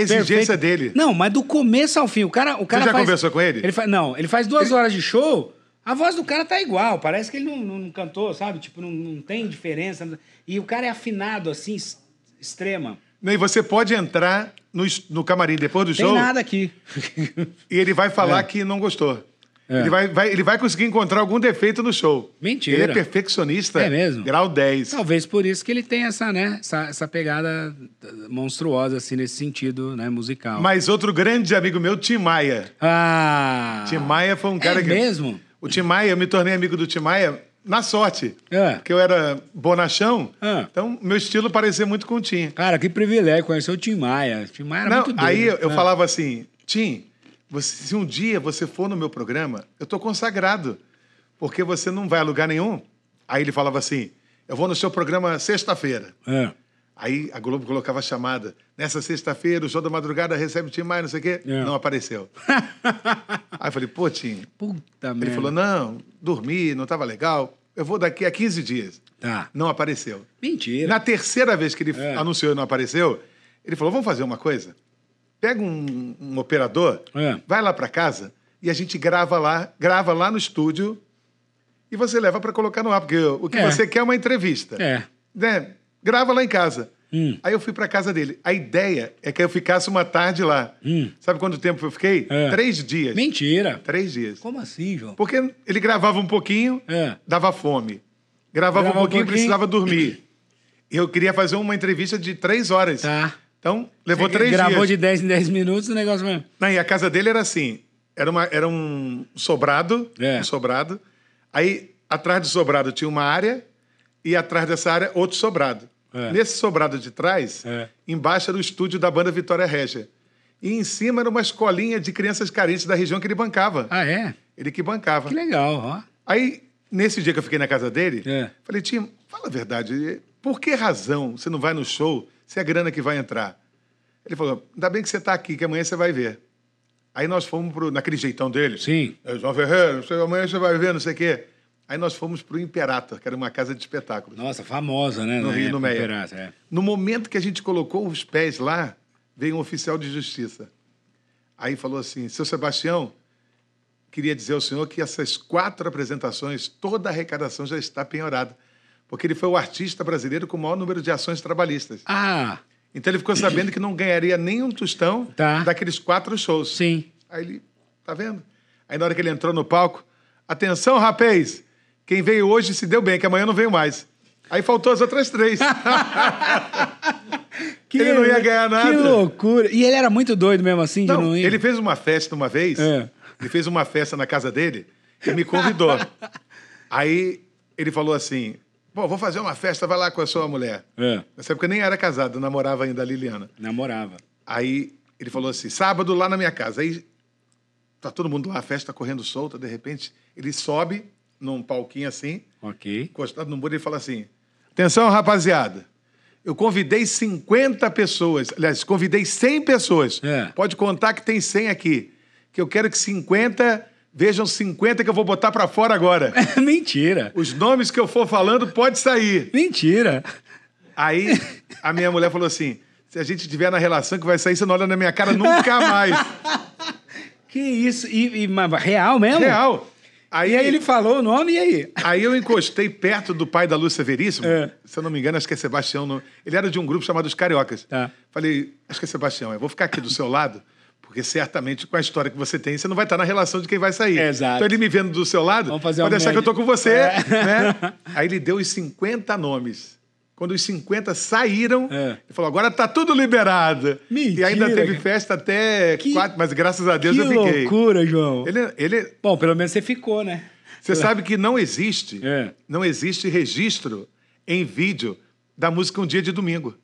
perfeita. exigência dele. Não, mas do começo ao fim, o cara, o cara já faz- conversou com ele? fa- Não, ele faz duas horas de show, a voz do cara tá igual. Parece que ele não, não- não cantou, sabe? Tipo, não, não tem diferença. E o cara é afinado, assim, es- extrema. Né, E você pode entrar no, es- no camarim depois do Tem show nada aqui. e ele vai falar que não gostou. É. Ele, vai, vai- ele vai conseguir encontrar algum defeito no show. Mentira. Ele é perfeccionista. É mesmo? Grau 10. Talvez por isso que ele tem essa, né? Essa, essa pegada eh, monstruosa, assim, nesse sentido, né? Musical. Mas outro grande amigo meu, Tim Maia. Ah! Tim Maia foi um cara é que. mesmo? O Tim Maia, eu me tornei amigo do Tim Maia na sorte. É. Porque eu era bonachão, É. então meu estilo parecia muito com o Tim. Cara, que privilégio conhecer o Tim Maia. O Tim Maia era Não, muito doido. aí eu, eu né? falava assim, Tim, você- se um dia você for no meu programa, eu tô consagrado, porque você não vai a lugar nenhum. Aí ele falava assim, eu vou no seu programa sexta-feira. É, Aí a Globo colocava a chamada, nessa sexta-feira, o show da madrugada recebe Tim Maia, não sei o quê. É. Não apareceu. aí eu falei, pô, Tim. Puta merda. Ele falou, não, dormi, não tava legal, eu vou daqui a 15 dias. Tá. Não apareceu. Mentira. Na terceira vez que ele É. anunciou e não apareceu, ele falou: vamos fazer uma coisa. Pega um, um operador, É. vai lá para casa e a gente grava lá, grava lá no estúdio e você leva para colocar no ar, porque o que É. você quer é uma entrevista. É. Né? Grava lá em casa. Hum. Aí eu fui para casa dele. A ideia é que eu ficasse uma tarde lá. Hum. Sabe quanto tempo eu fiquei? É. Três dias. Mentira. Três dias. Como assim, João? Porque ele gravava um pouquinho, É. dava fome. Gravava Gravava um pouquinho, um pouquinho. precisava dormir. E eu queria fazer uma entrevista de três horas. Tá. Então, levou Você três Gravou dias. de 10 em 10 minutos o negócio mesmo. Não, e a casa dele era assim: era, uma, era um sobrado. É. Um sobrado. Aí, atrás do sobrado tinha uma área, e atrás dessa área, outro sobrado. É. Nesse sobrado de trás, É. embaixo era o estúdio da banda Vitória Régia. E em cima era uma escolinha de crianças carentes da região que ele bancava. Ah, é? Ele que bancava. Que legal, ó. Aí, nesse dia que eu fiquei na casa dele, É. falei, Tim, fala a verdade, por que razão você não vai no show se é a grana que vai entrar? Ele falou, ainda bem que você está aqui, que amanhã você vai ver. Aí nós fomos pro, naquele jeitão dele. Sim. "É, João Ferreira, não sei, amanhã você vai ver, não sei o quê. Aí nós fomos pro Imperator, que era uma casa de espetáculos. Nossa, famosa, né? No na Rio, época, no Meia. Imperato, é. No momento que a gente colocou os pés lá, veio um oficial de justiça. Aí falou assim: seu Sebastião, queria dizer ao senhor que essas quatro apresentações, toda a arrecadação já está penhorada. Porque ele foi o artista brasileiro com o maior número de ações trabalhistas. Ah, Então ele ficou sabendo que não ganharia nenhum tostão Tá. daqueles quatro shows. sim. Aí ele, tá vendo? Aí na hora que ele entrou no palco, atenção, rapaz! Quem veio hoje se deu bem, que amanhã não veio mais. Aí faltou as outras três. Ele não ia ganhar Que nada. loucura. E ele era muito doido mesmo assim, de não Não, ir. ele fez uma festa uma vez. É. Ele fez uma festa na casa dele e me convidou. Aí ele falou assim: Pô, vou fazer uma festa, vai lá com a sua mulher. É, Nessa época eu nem era casado, eu namorava ainda a Liliana. namorava. Aí ele falou assim: sábado lá na minha casa. Aí tá todo mundo lá, a festa correndo solta, de repente ele sobe num palquinho assim, Ok. encostado no muro, e fala assim: Atenção, rapaziada, Eu convidei 50 pessoas. Aliás, convidei 100 pessoas. É. Pode contar que tem 100 aqui. Que eu quero que 50 vejam 50 que eu vou botar pra fora agora. Mentira. Os nomes que eu for falando pode sair. Mentira. Aí a minha mulher falou assim: se a gente tiver na relação que vai sair, você não olha na minha cara nunca mais. Que isso? E, e- mas real mesmo? Real. Aí, E aí ele falou o nome e aí? aí eu encostei perto do pai da Lúcia Veríssimo. É. Se eu não me engano, acho que é Sebastião. não- Ele era de um grupo chamado Os Cariocas. Tá. Falei, acho que é Sebastião, eu vou ficar aqui do seu lado, porque certamente com a história que você tem, você não vai estar na relação de quem vai sair. É, Exato. Então ele me vendo do seu lado, Vamos fazer pode uma achar que eu tô com você. média. É. Né? Aí ele deu os 50 nomes. Quando os 50 saíram, É. ele falou: agora tá tudo liberado. e Mentira, ainda teve cara. festa até Que- quatro, mas graças a Deus que eu fiquei. loucura, João. Ele, ele, Bom, pelo menos você ficou, né? você sabe que não existe, É. não existe registro em vídeo da música Um Dia de Domingo.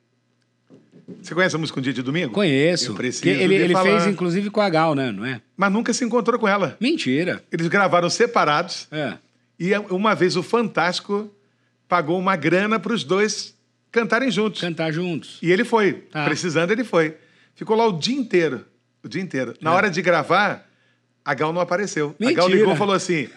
Você conhece a música Um Dia de Domingo? Conheço. Eu preciso Que ele de ele falar. fez, inclusive, com a Gal, né? Não é? Mas nunca se encontrou com ela. Mentira. Eles gravaram separados É. e uma vez o Fantástico pagou uma grana para os dois cantarem juntos. Cantar juntos. E ele foi. Tá. Precisando, ele foi. Ficou lá o dia inteiro. O dia inteiro. Na hora de gravar, a Gal não apareceu. A É. Gal Mentira. ligou e falou assim: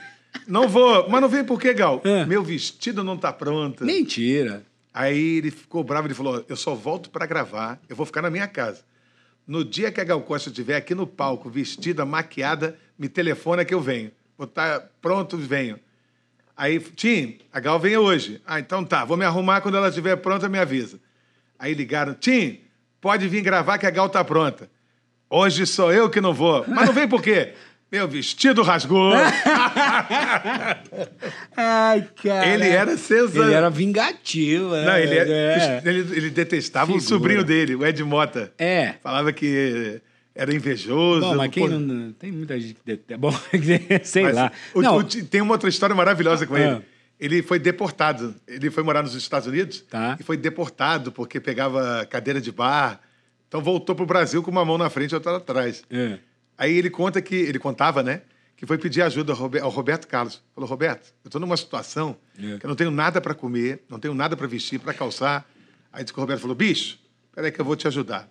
Não vou. Mas não vem por quê, Gal? É. Meu vestido não tá pronto. Mentira. Aí ele ficou bravo, ele falou: Eu só volto para gravar, eu vou ficar na minha casa. No dia que a Gal Costa estiver aqui no palco, vestida, maquiada, me telefona que eu venho. Vou estar pronto, venho. Aí, Tim, a Gal vem hoje. Ah, então tá, vou me arrumar quando ela estiver pronta, me avisa. Aí ligaram: Tim, pode vir gravar que a Gal tá pronta. Hoje sou eu que não vou. Mas não vem por quê? Meu vestido rasgou. Ai, cara. Ele era sensacional. Ele era vingativo, né? Não, ele, é. ele, ele detestava o Figura. sobrinho dele, o Ed Mota. É. Falava que era invejoso. Bom, mas quem pô, não. Tem muita gente que. detesta. Bom, sei mas lá. o- não, o- tem uma outra história maravilhosa com Ah. ele. Ele foi deportado. Ele foi morar nos Estados Unidos Tá. e foi deportado porque pegava cadeira de bar. Então voltou pro Brasil com uma mão na frente e outra atrás. É. Aí ele conta que ele contava, né? Que foi pedir ajuda ao Robe- ao Roberto Carlos. Falou, Roberto, eu estou numa situação É. que eu não tenho nada para comer, não tenho nada para vestir, para calçar. Aí disse que o Roberto falou, bicho, peraí que eu vou te ajudar.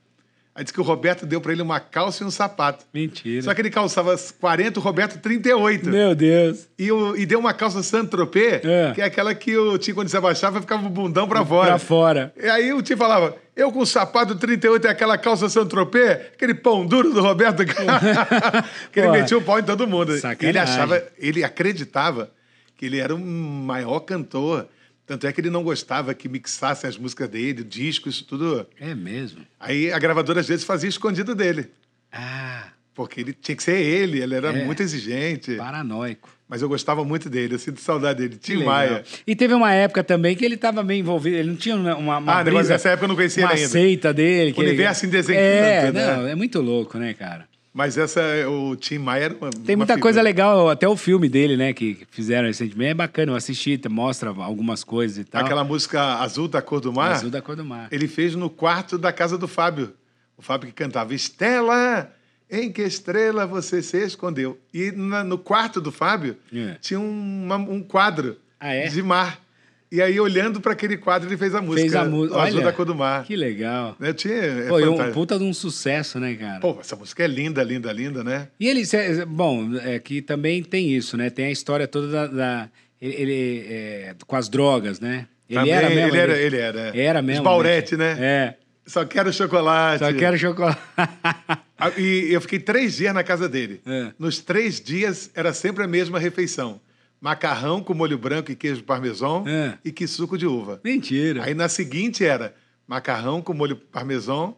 Aí disse que o Roberto deu para ele uma calça e um sapato. Mentira. Só que ele calçava 40, o Roberto 38. Meu Deus. E, o- e deu uma calça Saint-Tropez, Né? É. que é aquela que o Tim, quando se abaixava, ficava o bundão para fora. Pra fora. E aí o Tim falava, eu com o sapato 38 e aquela calça Santropê, aquele pão duro do Roberto Carlos, que ele Pô, metia o pau em todo mundo. sacanagem. Ele achava, ele acreditava que ele era o maior cantor. Tanto é que ele não gostava que mixassem as músicas dele, discos, isso tudo. É mesmo. Aí a gravadora às vezes fazia escondido dele, Ah, porque ele tinha que ser ele, ele era É. muito exigente. paranoico. Mas eu gostava muito dele, eu sinto saudade dele. Que Tim legal. Maia. E teve uma época também que ele estava meio envolvido, ele não tinha uma, uma uma Ah, negócio brisa, dessa época eu não conhecia uma ele ainda. seita dele. que ele- Universo indesencanto, É, né? não, é muito louco, né, cara? Mas essa, o Tim Maia era uma. Tem uma muita figura. coisa legal, até o filme dele, né, que que fizeram recentemente, é bacana, eu assisti, te- mostra algumas coisas e tal. Aquela música Azul da Cor do Mar, Azul da Cor do Mar. ele fez no quarto da casa do Fábio. O Fábio que cantava Estela, em que estrela você se escondeu? E na- no quarto do Fábio É. tinha uma- um quadro Ah, é? de mar. E aí, olhando para aquele quadro, ele fez a música Fez a Azul música. Olha, da Cor do Mar. Que legal. Né, Tinha, é Foi um fantástico. puta de um sucesso, né, cara? Pô, essa música é linda, linda, linda, né? E ele, cê- cê- bom, é que também tem isso, né? Tem a história toda da. da- ele, ele, é, com as drogas, né? Ele Também, era mesmo. ele era- ele era. Era mesmo. Os Baurete, né? É. Só quero chocolate. Só quero chocolate. Ah, E eu fiquei três dias na casa dele. É. Nos três dias era sempre a mesma refeição: macarrão com molho branco e queijo parmesão É. e que suco de uva. Mentira. Aí na seguinte era macarrão com molho parmesão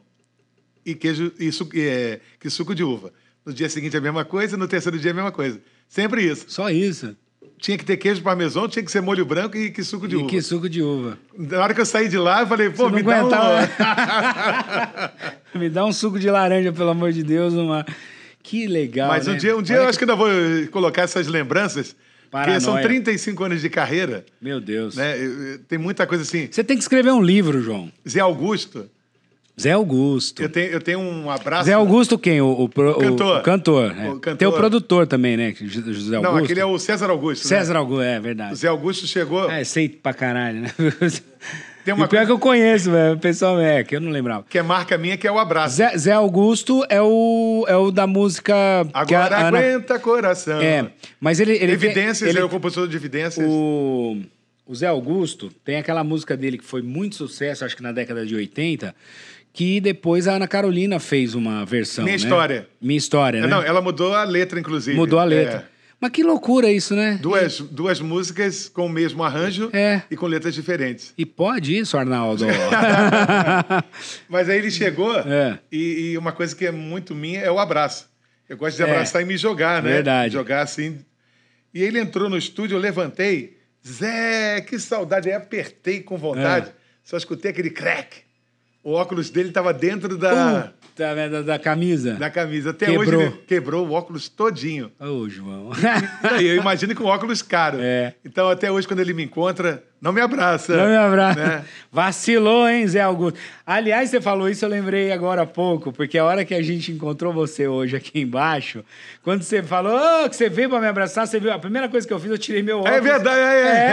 e queijo e su- e, é, que suco de uva. No dia seguinte a mesma coisa, no terceiro dia a mesma coisa. Sempre isso. Só isso. Tinha que ter queijo parmesão, tinha que ser molho branco e que suco de E uva. que suco de uva. Na hora que eu saí de lá, eu falei, pô, Você não me dá aguentava. um... Me dá um suco de laranja, pelo amor de Deus. Uma... Que legal. Mas um né? dia, um dia Olha eu acho que ainda vou colocar essas lembranças, porque Paranoia. são 35 anos de carreira, que- Meu Deus. né? Eu- eu- Tem muita coisa assim. Você tem que escrever um livro, João. Zé Augusto, Zé Augusto. eu tenho, eu tenho um abraço. Zé Augusto quem? O, o pro- o- Cantor. o cantor, né? O cantor. Tem o produtor também, né? Jo- José Augusto. Não, aquele é o César Augusto. né? César Augusto, é verdade. Zé Augusto chegou. É, sei pra caralho, né? E Tem uma pior que eu conheço, velho. O pessoal é, que eu não lembrava. que é marca minha, que é o abraço. Zé, Zé Augusto é o, é o da música. que Agora a Ana- aguenta coração. É, mas ele. ele Evidências, ele, é o compositor de Evidências. O, o Zé Augusto tem aquela música dele que foi muito sucesso, acho que na década de 80, que depois a Ana Carolina fez uma versão. Minha né? História. É, Minha história, né? Não, ela mudou a letra, inclusive. Mudou a letra. É. Mas que loucura isso, né? Duas, duas músicas com o mesmo arranjo É. e com letras diferentes. E pode isso, Arnaldo? Mas aí ele chegou É. e, e uma coisa que é muito minha é o abraço. Eu gosto de É. abraçar e me jogar, né? Verdade. Jogar assim. E ele entrou no estúdio, eu levantei. Zé, que saudade. Aí apertei com vontade. É. Só escutei aquele crack. O óculos dele estava dentro da, Puta merda Tá da camisa. da camisa. Até Quebrou. hoje ele quebrou o óculos todinho. Ô, João. Não, e eu imagino com óculos caro. É. Então, até hoje, quando ele me encontra, não me abraça. Não me abraça. Né? Vacilou, hein, Zé Augusto? Aliás, você falou isso, eu lembrei agora há pouco, porque a hora que a gente encontrou você hoje aqui embaixo, quando você falou "Ô, que você veio pra me abraçar, você viu, a primeira coisa que eu fiz, eu tirei meu óculos. verdade, é,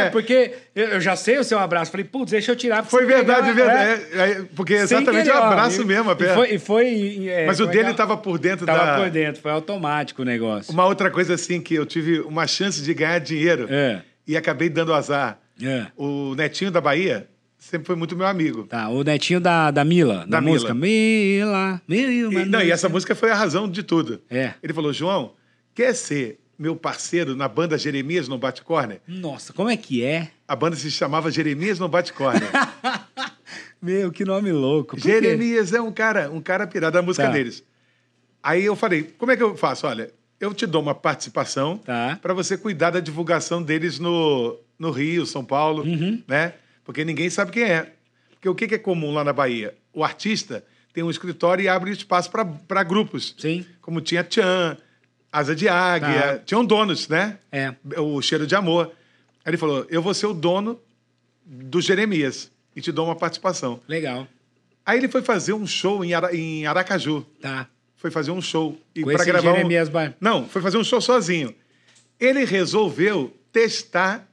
é. É, porque eu, eu já sei o seu abraço. Falei, putz, deixa eu tirar. porque Foi você pegou, verdade, é, verdade. É, é, porque Sem exatamente querer, é um ó, abraço e- mesmo. a E perna. foi, e foi, é, Mas o como é que dele é? estava por dentro da... Tava por dentro, foi automático o negócio. Uma outra coisa assim, que eu tive uma chance de ganhar dinheiro É. e acabei dando azar. É. O Netinho da Bahia sempre foi muito meu amigo. Tá, o netinho da, da Mila, da, Da Mila. música. Mila, Mila. E, não, e essa música foi a razão de tudo. né? É. Ele falou, João, quer ser meu parceiro na banda Jeremias no Bate Corner? Nossa, como é que é? A banda se chamava Jeremias no Bate Corner. Meu, que nome louco. Por quê? Jeremias é um cara, um cara pirado da música Tá. deles. Aí eu falei, como é que eu faço? Olha, eu te dou uma participação Tá. para você cuidar da divulgação deles no, no Rio, São Paulo, Uhum. né? Porque ninguém sabe quem é. Porque o que, que é comum lá na Bahia? O artista tem um escritório e abre espaço para grupos. Sim. Ah. Como tinha Tchan, Asa de Águia, tinham donos, né? É. O Cheiro de Amor. Aí ele falou, eu vou ser o dono do Jeremias e te dou uma participação. Legal. Aí ele foi fazer um show em, Ara- em Aracaju. Tá. Foi fazer um show. E Com pra esse gravar um- Jeremias Bar- Não, foi fazer um show sozinho. Ele resolveu testar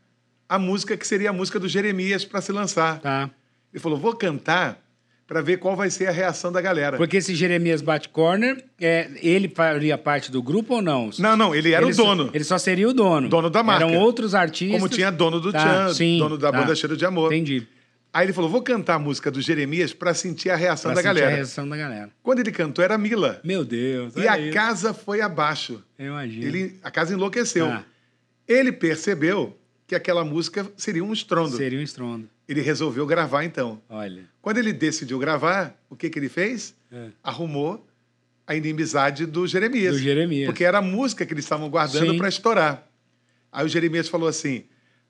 a música que seria a música do Jeremias para se lançar. Tá. Ele falou: vou cantar para ver qual vai ser a reação da galera. Porque esse Jeremias Bat Corner, é, ele faria parte do grupo ou não? Não, não, ele era Ele o só- dono. ele só seria o dono. Dono da marca. Eram outros artistas. Como tinha dono Tá, do Tchan, dono da banda Cheiro de Amor. Entendi. Aí ele falou: vou cantar a música do Jeremias para sentir a reação Pra da sentir galera. a reação da galera. Quando ele cantou, era Mila. Meu Deus. E olha a isso. casa foi abaixo. Eu imagino. Ele, a casa enlouqueceu. Ah. Ele percebeu que aquela música seria um estrondo. Seria um estrondo. Ele resolveu gravar então. Olha. Quando ele decidiu gravar, o que, que ele fez? É. Arrumou a inimizade do Jeremias. Do Jeremias. Porque era a música que eles estavam guardando Sim. para estourar. Aí o Jeremias falou assim: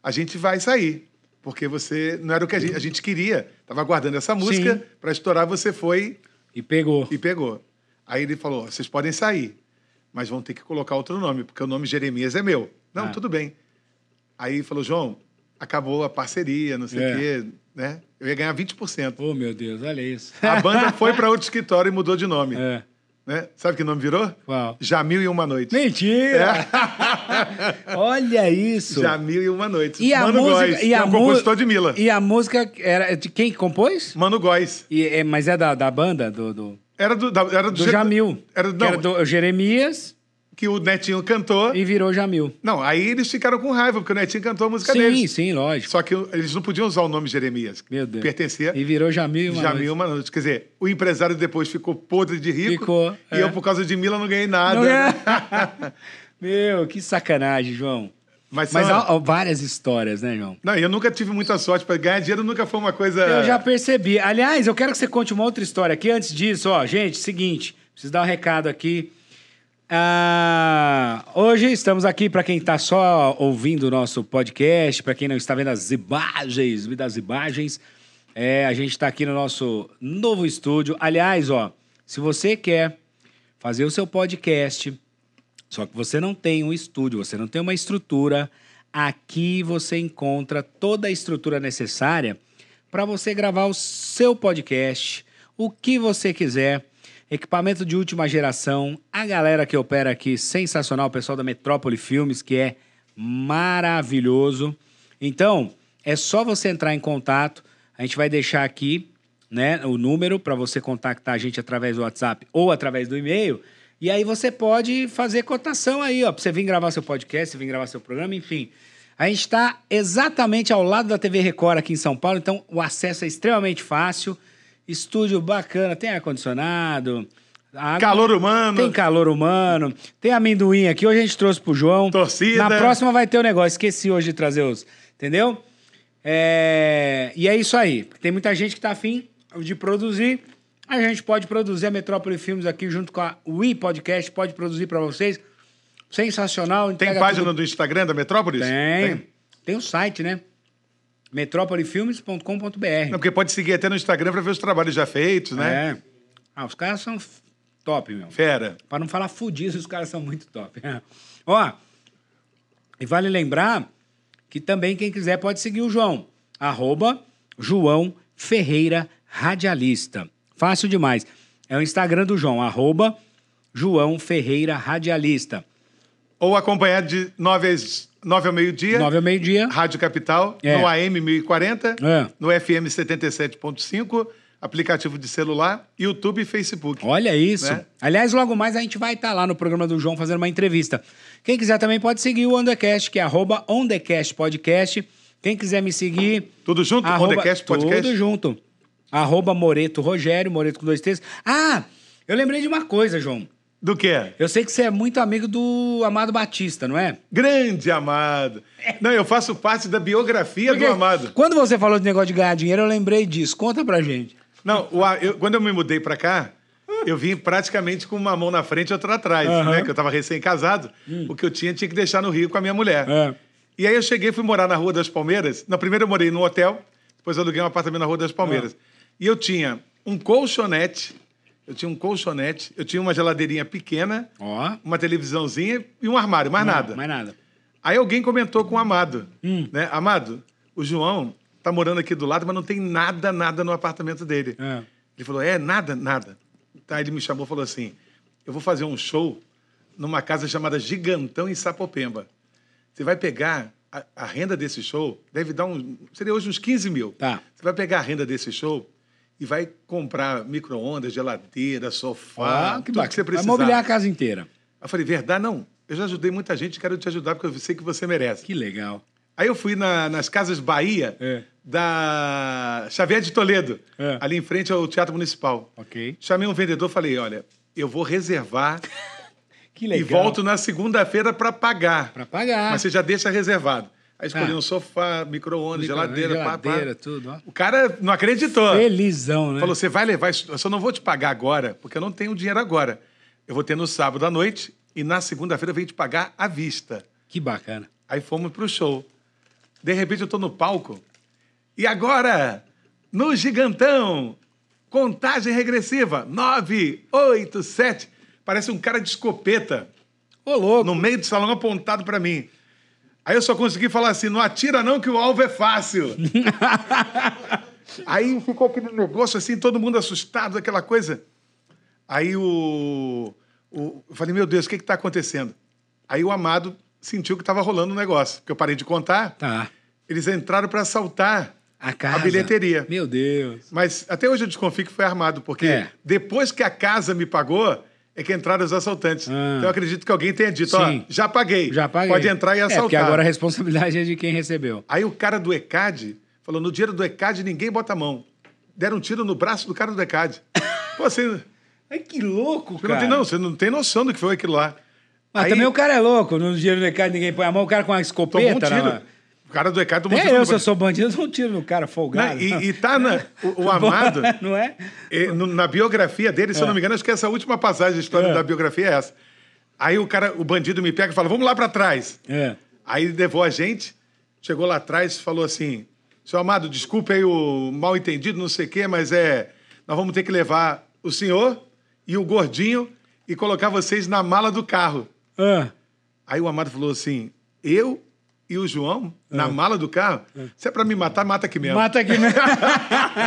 a gente vai sair. Porque você não era o que a gente, a gente queria. Tava guardando essa música para estourar, você foi E pegou. e pegou. Aí ele falou: vocês podem sair, mas vão ter que colocar outro nome, porque o nome Jeremias é meu. Não, Ah. tudo bem. Aí ele falou: João, acabou a parceria, não sei o É. quê, né? Eu ia ganhar 20%. Oh, meu Deus, olha isso. A banda foi para outro escritório e mudou de nome. É. Né? Sabe que nome virou? Qual? Jamil e Uma Noite. Mentira! É. olha isso. Jamil e Uma Noite. E a Mano música, Góes, e que a é um mu- compositor de Mila. E a música era de quem que compôs? Mano Góes. E, é, mas é da, da banda do, do, Era do, da- era do, do Je- Jamil. Era, Que não, era do Jeremias que o Netinho cantou. e virou Jamil. Não, aí eles ficaram com raiva, porque o Netinho cantou a música sim, deles. sim, lógico. Só que eles não podiam usar o nome Jeremias. Meu Deus. Pertencia E virou Jamil, a mano. Jamil Manute. Quer dizer, o empresário depois ficou podre de rico. Ficou, E é. eu, por causa de Mila, não ganhei nada. Não é? né? Meu, que sacanagem, João. Mas, Mas são- há, há várias histórias, né, João? Não, eu nunca tive muita sorte. Pra... Ganhar dinheiro nunca foi uma coisa... Eu já percebi. Aliás, eu quero que você conte uma outra história aqui. Antes disso, ó, gente, seguinte, preciso dar um recado aqui. Ah, hoje estamos aqui para quem está só ouvindo o nosso podcast, para quem não está vendo as imagens, vida das imagens. É, a gente está aqui no nosso novo estúdio. Aliás, ó, se você quer fazer o seu podcast, só que você não tem um estúdio, você não tem uma estrutura. Aqui você encontra toda a estrutura necessária para você gravar o seu podcast, o que você quiser. Equipamento de última geração, a galera que opera aqui, sensacional, o pessoal da Metrópole Filmes, que é maravilhoso. Então, é só você entrar em contato. A gente vai deixar aqui né, o número para você contactar a gente através do WhatsApp ou através do e-mail. E aí você pode fazer cotação aí, ó, para você vir gravar seu podcast, você vir gravar seu programa, enfim. A gente está exatamente ao lado da TV Record aqui em São Paulo, então o acesso é extremamente fácil. Estúdio bacana, tem ar-condicionado. água- Calor humano. Tem calor humano, tem amendoim aqui. Hoje a gente trouxe pro João. Torcida. Na próxima vai ter o negócio. Esqueci hoje de trazer os. Entendeu? É, E é isso aí. Tem muita gente que tá afim de produzir. A gente pode produzir a Metrópole Filmes aqui junto com a Wii Podcast. Pode produzir pra vocês. Sensacional. Tem entrega página tudo do Instagram da Metrópolis? tem. Tem o site, né? metropolifilmes.com.br. Não, porque pode seguir até no Instagram para ver os trabalhos já feitos, né? É. Ah, os caras são f- top, meu. Fera. Pra não falar fudido, os caras são muito top. Ó, e vale lembrar que também quem quiser pode seguir o João. Arroba João Ferreira Radialista. Fácil demais. É o Instagram do João. Arroba João Ferreira Radialista. Ou acompanhado de 9 às nove ao meio-dia, Nove ao meio-dia. Rádio Capital, É. no AM 1040, É. no FM 77.5, aplicativo de celular, YouTube e Facebook. Olha isso. Né? Aliás, logo mais a gente vai estar lá no programa do João fazendo uma entrevista. Quem quiser também pode seguir o Ondecast, que é arroba Ondecast Podcast. Quem quiser me seguir... Tudo junto? arroba- Ondecast, podcast? Tudo junto. Arroba Moreto Rogério, Moreto com dois T's. Ah, eu lembrei de uma coisa, João. Do que? Eu sei que você é muito amigo do Amado Batista, não é? Grande Amado. Não, eu faço parte da biografia Porque do Amado. Quando você falou de negócio de ganhar dinheiro, eu lembrei disso. Conta pra gente. Não, o A- eu- quando eu me mudei pra cá, eu vim praticamente com uma mão na frente e outra atrás, Aham. Hum. né? Que eu tava recém-casado. O que eu tinha, tinha que deixar no Rio com a minha mulher. É. E aí eu cheguei, fui morar na Rua das Palmeiras. Na primeira eu morei num hotel, depois eu aluguei um apartamento na Rua das Palmeiras. Ah. E eu tinha um colchonete, eu tinha um colchonete, eu tinha uma geladeirinha pequena, Ó, uma televisãozinha e um armário, mais nada. mais nada. Aí alguém comentou com o Amado, Hum. né? Amado, o João tá morando aqui do lado, mas não tem nada, nada no apartamento dele. É. Ele falou, é, nada, nada. Tá, ele me chamou e falou assim, eu vou fazer um show numa casa chamada Gigantão em Sapopemba. Você vai pegar a, a renda desse show, deve dar um, seria hoje uns 15 mil. Tá. Você vai pegar a renda desse show e vai comprar micro-ondas, geladeira, Ó, sofá, tudo que você bacana. Vai precisar. mobiliar a casa inteira. Eu falei, verdade, não. Eu já ajudei muita gente, quero te ajudar, porque eu sei que você merece. Que legal. Aí eu fui na- nas Casas Bahia É. da Xavier de Toledo, É. ali em frente ao Teatro Municipal. Ok. Chamei um vendedor falei, olha, eu vou reservar Que e legal. volto na segunda-feira para pagar. Pra pagar. Mas você já deixa reservado. Aí escolhi Tá. um sofá, micro-ondas, Micro-ondas, geladeira, pá, pá. geladeira, tudo, ó. O cara não acreditou. Felizão, né? Falou, você vai levar isso, eu só não vou te pagar agora, porque eu não tenho dinheiro agora. Eu vou ter no sábado à noite e na segunda-feira eu venho te pagar à vista. Que bacana. Aí fomos pro show. De repente eu tô no palco. E agora, no Gigantão, contagem regressiva, 9, 8, 7. Parece um cara de escopeta Ô, louco. no meio do salão apontado pra mim. Aí eu só consegui falar assim: não atira não, que o alvo é fácil. Aí ficou aquele negócio assim, todo mundo assustado, aquela coisa. Aí o. o- eu falei: meu Deus, o que está acontecendo? Aí o amado sentiu que estava rolando um negócio, porque eu parei de contar. Tá. Eles entraram para assaltar A casa. bilheteria. Meu Deus. Mas até hoje eu desconfio que foi armado, porque É. depois que a casa me pagou, é que entraram os assaltantes. Ah. Então eu acredito que alguém tenha dito, Sim. ó, já paguei. Já paguei. Pode entrar e É, assaltar. porque agora a responsabilidade é de quem recebeu. Aí o cara do ECAD falou, no dinheiro do ECAD ninguém bota a mão. Deram um tiro no braço do cara do ECAD. Pô, você, você Ai, que louco, não tem, não, você não tem noção do que foi aquilo lá. Mas Aí também o cara é louco. No dinheiro do mercado ninguém põe a mão. O cara com uma escopeta. tomou um tiro. na- O cara do ECAD tomou um Nem tiro. eu, no se eu braço. sou bandido, eu dou um tiro no cara folgado. Não, e, e tá na, o, o amado... Não é? E, no- na biografia dele, se eu não me engano, acho que essa última passagem da história É. da biografia é essa. Aí o cara, o bandido me pega e fala: "Vamos lá para trás". É. Aí ele levou a gente, chegou lá atrás, e falou assim: "Seu amado, desculpe aí o mal entendido, não sei o quê, mas é nós vamos ter que levar o senhor e o gordinho e colocar vocês na mala do carro". Ah, Aí o amado falou assim: "Eu e o João na mala do carro? Se é para me matar, mata aqui mesmo". mata aqui mesmo.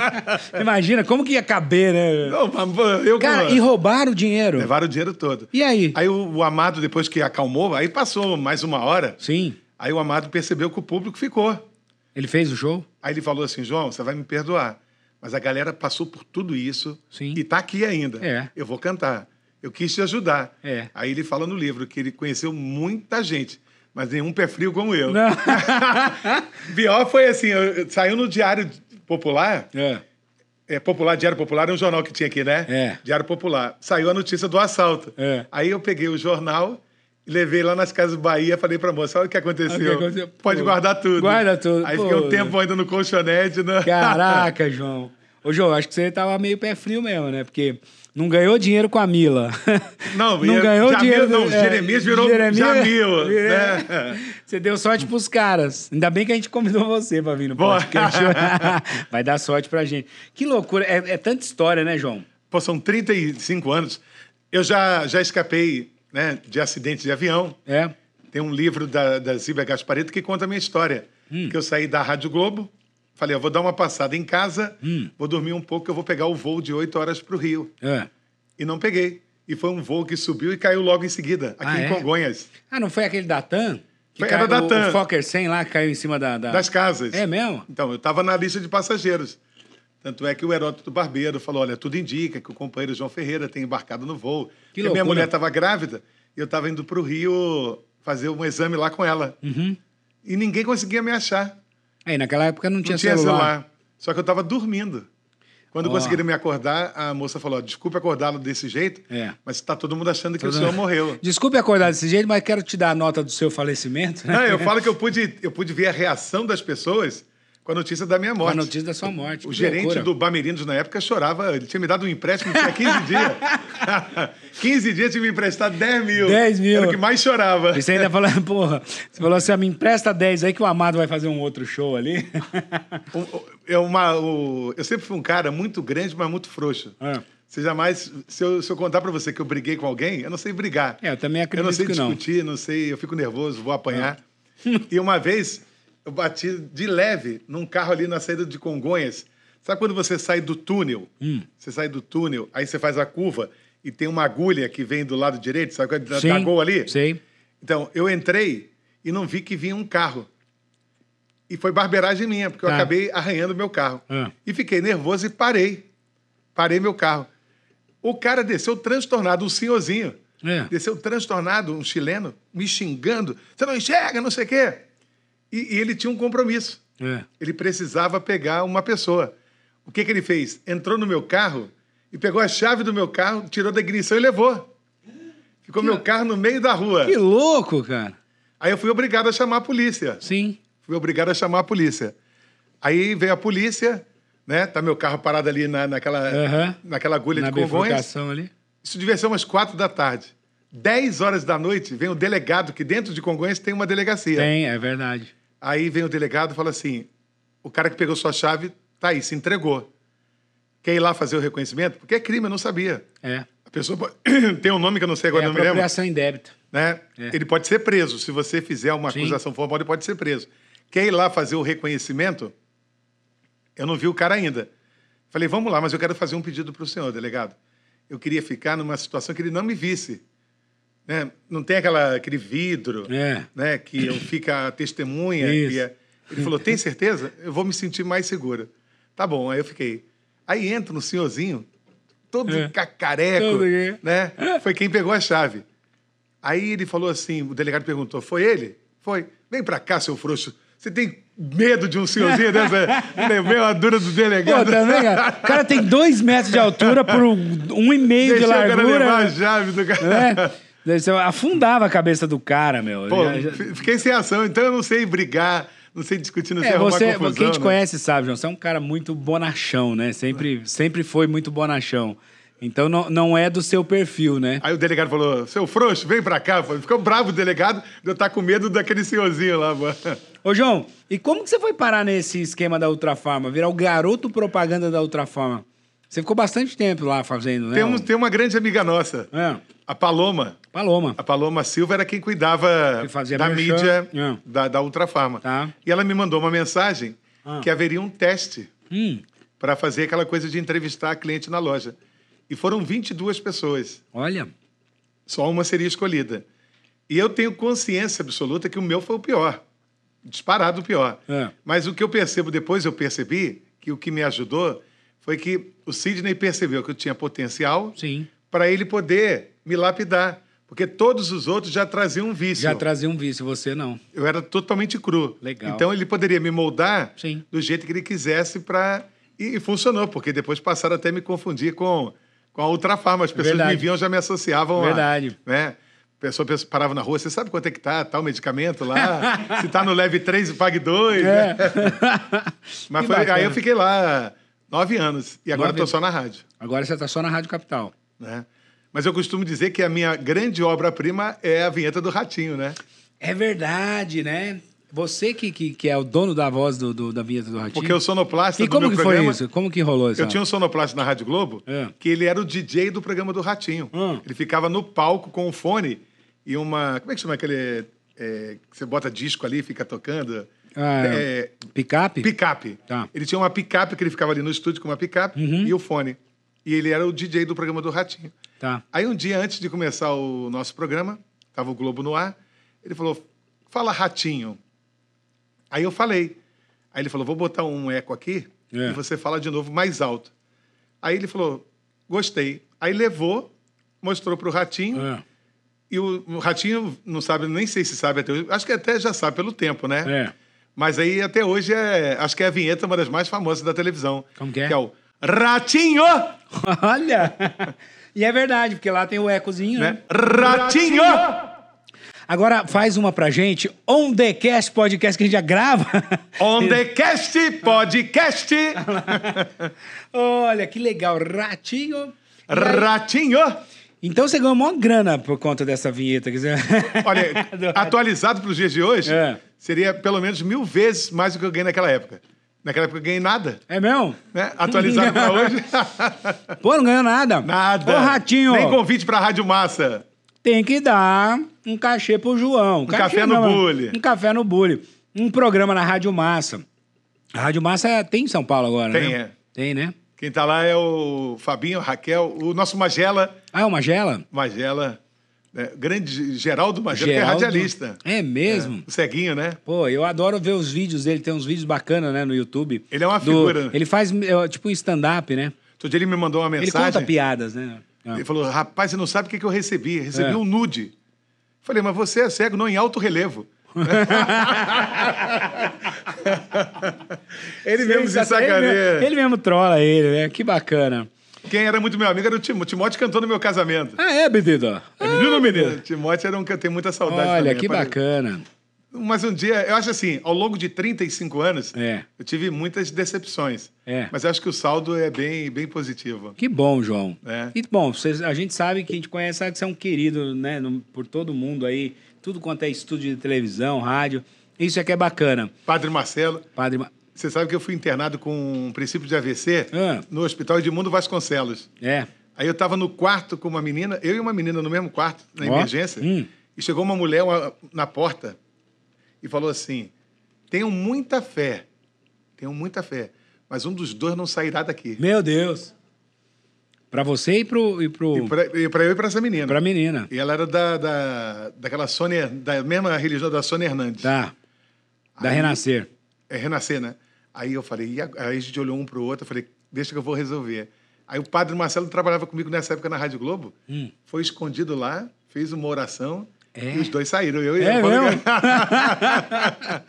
Imagina, como que ia caber, né? Não, mas, pô, eu Cara, com- e roubaram o dinheiro. levaram o dinheiro todo. E aí? Aí o, o Amado, depois que acalmou, aí passou mais uma hora. Sim. Aí o Amado percebeu que o público ficou. Ele fez o show? Aí ele falou assim: João, você vai me perdoar. Mas a galera passou por tudo isso Sim. e tá aqui ainda. É. Eu vou cantar. Eu quis te ajudar. É. Aí ele fala no livro que ele conheceu muita gente, mas nenhum pé frio como eu. Não. Pior foi assim: eu- eu- saiu no Diário Popular. É. É, Popular, Diário Popular é um jornal que tinha aqui, né? É. Diário Popular. Saiu a notícia do assalto. É. Aí eu peguei o jornal, levei lá nas casas Bahia, falei pra moça, olha o que aconteceu. Olha o que aconteceu. Pode Pô, guardar tudo. guarda tudo. Aí Pô. fiquei um tempo ainda no colchonete. Né? Caraca, João. Ô, João, acho que você tava meio pé frio mesmo, né? Porque não ganhou dinheiro com a Mila. Não, e- é Jamil- não, é, Jeremias virou Jamil, né? Você deu sorte pros caras. Ainda bem que a gente convidou você pra vir no Boa. podcast. Vai dar sorte pra gente. Que loucura. É, é tanta história, né, João? Pô, são 35 anos. Eu já, já escapei né, de acidente de avião. É. Tem um livro da, da Zíbia Gaspareto que conta a minha história. Hum. Que eu saí da Rádio Globo, falei, eu vou dar uma passada em casa, Hum. vou dormir um pouco, eu vou pegar o voo de 8 horas para o Rio. é. E não peguei. E foi um voo que subiu e caiu logo em seguida, aqui Ah, em é? Congonhas, Ah, não foi aquele da TAM? Que Foi- era da o- TAM. O Fokker 100 lá que caiu em cima da... da- das casas. É mesmo? Então, eu estava na lista de passageiros. Tanto é que o Heródoto Barbeiro falou: olha, tudo indica que o companheiro João Ferreira tem embarcado no voo. Porque loucura. minha mulher estava grávida e eu estava indo para o Rio fazer um exame lá com ela. Uhum. E ninguém conseguia me achar. Aí, É, naquela época não tinha, Não tinha celular. celular. Só que eu estava dormindo. Quando Ó. conseguiram me acordar, a moça falou: ó, desculpe acordá-lo desse jeito, É. mas está todo mundo achando que Todo o senhor mundo- morreu. Desculpe acordar desse jeito, mas quero te dar a nota do seu falecimento. né? Não, é eu falo que eu pude, eu pude ver a reação das pessoas com a notícia da minha Com morte. a notícia da sua morte. O Que gerente loucura. do Bamerindos na época chorava, ele tinha me dado um empréstimo tinha 15 dias. 15 dias tinha me emprestado 10 mil. 10 mil. Era o que mais chorava. E você ainda falou, porra, você falou assim, ah, me empresta 10 aí que o Amado vai fazer um outro show ali. O- o- É uma, o- eu sempre fui um cara muito grande, mas muito frouxo. Ah. Você jamais. Se eu, se eu contar pra você que eu briguei com alguém, eu não sei brigar. É, eu também Eu não acredito sei que não. Ah. discutir, não sei, eu fico nervoso, vou apanhar. e uma vez eu bati de leve num carro ali na saída de Congonhas. Sabe quando você sai do túnel? Hum. Você sai do túnel, aí você faz a curva e tem uma agulha que vem do lado direito, sabe? Da, da Sim, Tá gol ali? Sei. Então, eu entrei e não vi que vinha um carro. E foi barbeiragem minha, porque eu Tá. acabei arranhando meu carro. Ah. E fiquei nervoso e parei. Parei meu carro. O cara desceu transtornado, um senhorzinho. É. Desceu transtornado, um chileno, me xingando. Você não enxerga, não sei o quê. E, e ele tinha um compromisso. É. Ele precisava pegar uma pessoa. O que, que ele fez? Entrou no meu carro e pegou a chave do meu carro, tirou da ignição e levou. Ficou meu carro no meio da rua. Que louco, cara. Aí eu fui obrigado a chamar a polícia. Sim. Fui obrigado a chamar a polícia. Aí veio a polícia, né? Tá meu carro parado ali na, naquela, Aham. naquela agulha Na de Congonhas. bifurcação ali. Isso devia ser umas quatro da tarde. Dez horas da noite, vem o delegado, que dentro de Congonhas tem uma delegacia. Tem, é verdade. Aí vem o delegado e fala assim: o cara que pegou sua chave tá aí, se entregou. Quer ir lá fazer o reconhecimento? Porque é crime, eu não sabia. É. A pessoa pode- tem um nome que eu não sei agora, é não me lembro apropriação em débito. né? Ele pode ser preso. Se você fizer uma É. Sim. acusação formal, ele pode ser preso. Quer ir lá fazer o reconhecimento? Eu não vi o cara ainda. Falei, vamos lá, mas eu quero fazer um pedido para o senhor, delegado. Eu queria ficar numa situação que ele não me visse. Né? Não tem aquela, aquele vidro É. né? que eu fica a testemunha. Isso. e a- Ele falou, tem certeza? Eu vou me sentir mais segura. Tá bom, aí eu fiquei. Aí entra no senhorzinho, todo É. cacareco, Todo é. quê? né? Foi quem pegou a chave. Aí ele falou assim, o delegado perguntou, foi ele? Foi. Vem pra cá, seu frouxo. Você tem medo de um senhorzinho dessa? Levei uma dura do Pô, delegado. também, é. cara. O cara tem dois metros de altura por um, um e meio Deixei de o cara largura. levar a chave do cara. né? Deve ser- Afundava a cabeça do cara, meu. Pô, Já- já- f- fiquei sem ação, então eu não sei brigar, não sei discutir, não sei É, arrumar você, confusão. quem te né? conhece sabe, João, você é um cara muito bonachão, né? Sempre, sempre foi muito bonachão. Então não, não é do seu perfil, né? Aí o delegado falou, seu frouxo, vem pra cá. Falei, Ficou bravo o delegado de eu estar com medo daquele senhorzinho lá, mano. Ô, João, e como que você foi parar nesse esquema da Ultrafarma? Virar o garoto propaganda da Ultrafarma? Você ficou bastante tempo lá fazendo, né? Tem, um- tem uma grande amiga nossa, É, a Paloma. Paloma. A Paloma Silva era quem cuidava Que fazia da merchan. mídia É. da, da Ultrafarma. Tá. E ela me mandou uma mensagem Ah. que haveria um teste Hum, para fazer aquela coisa de entrevistar a cliente na loja. E foram 22 pessoas. olha. Só uma seria escolhida. E eu tenho consciência absoluta que o meu foi o pior. disparado o pior. É. Mas o que eu percebo depois, eu percebi que o que me ajudou foi que o Sidney percebeu que eu tinha potencial Sim. para ele poder me lapidar. Porque todos os outros já traziam um vício. Já trazia um vício, você não. Eu era totalmente cru. Legal. Então ele poderia me moldar Sim. do jeito que ele quisesse para e, e funcionou, porque depois passaram até a me confundir com, com a Ultrafarma. As pessoas Verdade. me viam já me associavam a- Verdade. né? Pessoa, pessoa parava na rua, você sabe quanto é que tá tal medicamento lá? Se tá no leve 3, pague 2. É. Mas Que foi- bacana. aí eu fiquei lá nove anos e agora Nove estou só na rádio. Agora você tá só na Rádio Capital. Né? Mas eu costumo dizer que a minha grande obra-prima é a vinheta do Ratinho, né? É verdade, né? Você que, que, que é o dono da voz do, do- da vinheta do Ratinho. Porque eu sonoplasta E do como meu que programa. foi isso? Como que rolou isso? Eu tinha um sonoplasta na Rádio Globo É. que ele era o DJ do programa do Ratinho. Hum. Ele ficava no palco com um fone e uma. Como é que chama aquele. é, que você bota disco ali e fica tocando? Ah, É, Picape? picape. Tá. Uhum. Ele tinha uma picape que ele ficava ali no estúdio com uma picape e o fone. E ele era o DJ do programa do Ratinho. Tá. Aí um dia antes de começar o nosso programa, tava o Globo no ar, ele falou: "Fala ratinho". Aí eu falei. Aí ele falou: "Vou botar um eco aqui É. e você fala de novo mais alto". Aí ele falou: "Gostei". Aí levou, mostrou pro ratinho É. e o, o ratinho não sabe, nem sei se sabe até hoje, acho que até já sabe pelo tempo, né? É. Mas aí até hoje é, acho que é a vinheta uma das mais famosas da televisão. Como que é? Que é o Ratinho, Olha! E é verdade, porque lá tem o ecozinho, né? né? Ratinho! Agora faz uma pra gente, on the cast podcast que a gente já grava. On the cast, podcast, Olha, que legal, ratinho. E aí- ratinho. Então você ganhou uma grana por conta dessa vinheta. Quer dizer... Olha, Do- atualizado para os dias de hoje, É. seria pelo menos mil vezes mais do que eu ganhei naquela época. Naquela época eu ganhei nada, É mesmo? né? Atualizado para hoje, Pô, não ganhou nada. nada. Ô, ratinho, Nem convite para Rádio Massa. tem que dar um cachê pro João. Um café no bule. Um café no bule. Um programa na Rádio Massa. A Rádio Massa é, tem em São Paulo agora, Tem, né? é. Tem, né? Quem tá lá é o Fabinho, Raquel, o nosso Magela, Ah, é o Magela? Magela, né? grande Geraldo Magela, Geraldo. que é radialista. É mesmo? O ceguinho, né? Pô, eu adoro ver os vídeos dele, tem uns vídeos bacanas, né, no YouTube. Ele é uma Do- figura, né? Ele faz eh, tipo um stand-up, né? Outro dia ele me mandou uma Ele mensagem. conta piadas, né? Ah. Ele falou, rapaz, você não sabe o que, que eu recebi. Recebi É. um nude. Falei, mas você é cego, não em alto relevo. ele mesmo Ele se mesmo, sacaneia. ele mesmo trola ele, né? Que bacana. Quem era muito meu amigo era o Timóteo. O Timóteo cantou no meu casamento. Ah, é, menino? É menino ou O Timóteo era um que eu tenho muita saudade Olha, também, que rapaz. bacana. Mas um dia, eu acho assim, ao longo de 35 anos, É. eu tive muitas decepções. É. Mas eu acho que o saldo é bem, bem positivo. Que bom, João. É. E bom, vocês- a gente sabe que a gente conhece, sabe que você é um querido, né? no- por todo mundo aí, tudo quanto é estúdio de televisão, rádio. Isso é que é bacana. Padre Marcelo, Padre. Ma- você sabe que eu fui internado com um princípio de AVC Ah. no Hospital Edmundo Vasconcelos. É. Aí eu tava no quarto com uma menina, eu e uma menina no mesmo quarto, na Ó. emergência, Hum. e chegou uma mulher uma- na porta e falou assim: Tenho muita fé, tenho muita fé, mas um dos dois não sairá daqui. Meu Deus. Pra você e pro. E pro... E pra, e pra eu e pra essa menina. Hum. Pra menina. E ela era da, da, daquela Sônia, da mesma religião da Sônia Hernandes. Tá. Da Renascer. É renascer, né? Aí eu falei, e agora? aí a gente olhou um pro outro, eu falei, deixa que eu vou resolver. Aí o padre Marcelo trabalhava comigo nessa época na Rádio Globo, foi escondido lá, fez uma Hum. oração, É? e os dois saíram. Eu e É eu falei, mesmo? É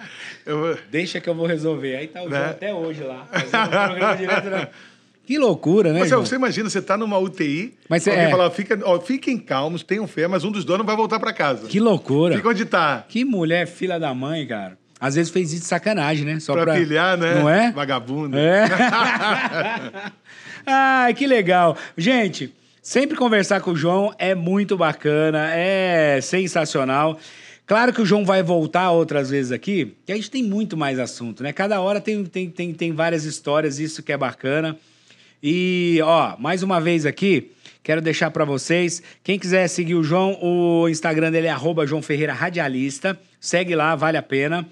eu, Deixa que eu vou resolver. Aí tá o João Né? até hoje lá. fazendo um programa direto, né? Que loucura, né? Mas João? você imagina, você tá numa UTI, Mas alguém é- fala, Fica, ó, fiquem calmos, tenham fé, mas um dos dois não vai voltar pra casa. Que loucura. Fica onde tá. Que mulher filha da mãe, cara. Às vezes fez isso de sacanagem, né? Só pra, Pra, pilhar, né? Não é? Vagabundo. É. 네. Ai, que legal. Gente, sempre conversar com o João é muito bacana, é sensacional. Claro que o João vai voltar outras vezes aqui, que a gente tem muito mais assunto, né? Cada hora tem, tem, tem, tem várias histórias, isso que é bacana. E, ó, mais uma vez aqui, quero deixar pra vocês. Quem quiser seguir o João, o Instagram dele é arroba João Ferreira Radialista. Segue lá, vale a pena.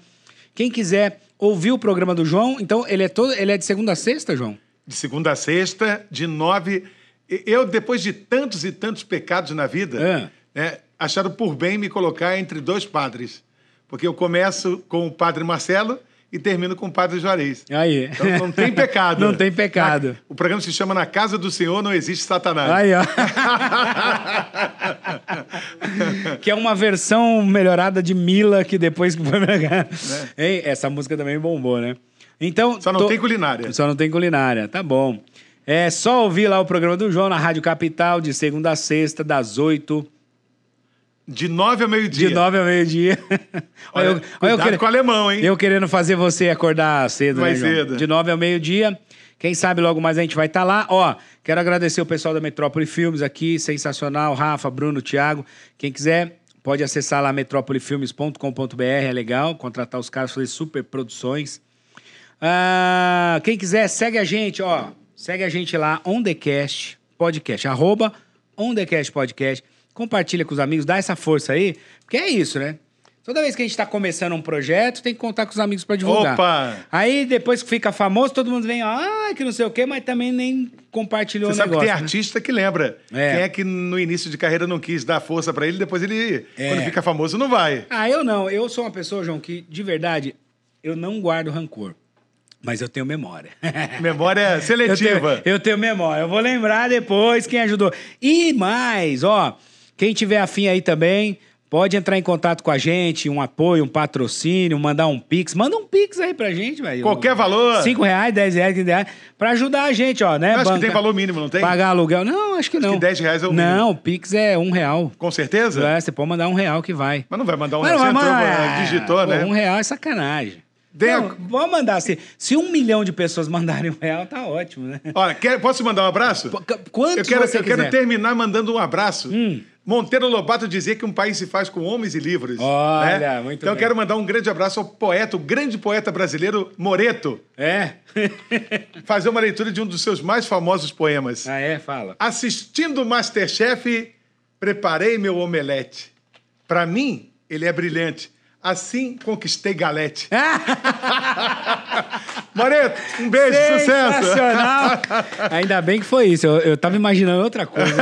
Quem quiser ouvir o programa do João, então ele é todo, ele é de segunda a sexta, João? De segunda a sexta, de nove. E- Eu, depois de tantos e tantos pecados na vida, É. né, acharam por bem me colocar entre dois padres. Porque eu começo com o padre Marcelo e termino com o padre Juarez. Aí. Então não tem pecado. Não tem pecado. O programa se chama Na Casa do Senhor Não Existe Satanás. Aí, ó. que é uma versão melhorada de Mila que depois que foi pra cá. Hein? Essa música também bombou, né? Então, É. Só não tô- tem culinária. Só não tem culinária, tá bom. É só ouvir lá o programa do João na Rádio Capital de segunda a sexta das oito De nove ao meio-dia. de nove ao meio-dia. Olha, eu- eu cuidado querendo- com o alemão, hein? Eu querendo fazer você acordar cedo, Mais né, João? cedo. De nove ao meio-dia. Quem sabe logo mais a gente vai estar lá. Ó, quero agradecer o pessoal da Metrópole Filmes aqui, sensacional. Rafa, Bruno, Thiago. Quem quiser, pode acessar lá metrópolefilmes.com.br, é legal. Contratar os caras, fazer super produções. Ah, quem quiser, segue a gente, ó. Segue a gente lá, OnTheCast Podcast, arroba OnTheCast Podcast. Compartilha com os amigos, dá essa força aí, porque é isso, né? Toda vez que a gente tá começando um projeto, tem que contar com os amigos pra divulgar. Opa! Aí depois que fica famoso, todo mundo vem, ah, que não sei o quê, mas também nem compartilhou Você o sabe negócio. que tem né? artista que lembra. É. Quem é que no início de carreira não quis dar força pra ele, depois ele, É. quando fica famoso, não vai. Ah, eu não. Eu sou uma pessoa, João, que de verdade, eu não guardo rancor. Mas eu tenho memória. Memória é Eu tenho, seletiva. eu tenho memória. Eu vou lembrar depois quem ajudou. E mais, ó, quem tiver afim aí também, pode entrar em contato com a gente, um apoio, um patrocínio, mandar um pix. Manda um pix aí pra gente, velho. Qualquer valor. 5 reais, 10 reais, 15 reais, pra ajudar a gente, ó, né? Eu acho que Banca- tem valor mínimo, não tem? Pagar aluguel. Não, acho que não. que 10 reais é o mínimo. Não, o pix é um real. Com certeza? É, você pode mandar um real que vai. Mas não vai mandar um Mas não, você mas entrou, manda- ah, digitou, Pô, né? Um real é sacanagem. Dê a- Não, vamos mandar. Se, se um milhão de pessoas mandarem um real, tá ótimo, né? Olha, quer- posso mandar um abraço? Qu- Quantos Eu quero, você eu quero quiser. Hum. terminar mandando um abraço. Monteiro Lobato dizia que um país se faz com homens e livros. Olha, né? muito Então eu bem. quero mandar um grande abraço ao poeta, o grande poeta brasileiro Moreto, É? fazer uma leitura de um dos seus mais famosos poemas. ah, é? Fala. Assistindo Masterchef, preparei meu omelete. Pra mim, ele é brilhante. Assim conquistei galete. Moreto, um beijo, sucesso! Sensacional! Ainda bem que foi isso. Eu, eu tava imaginando outra coisa.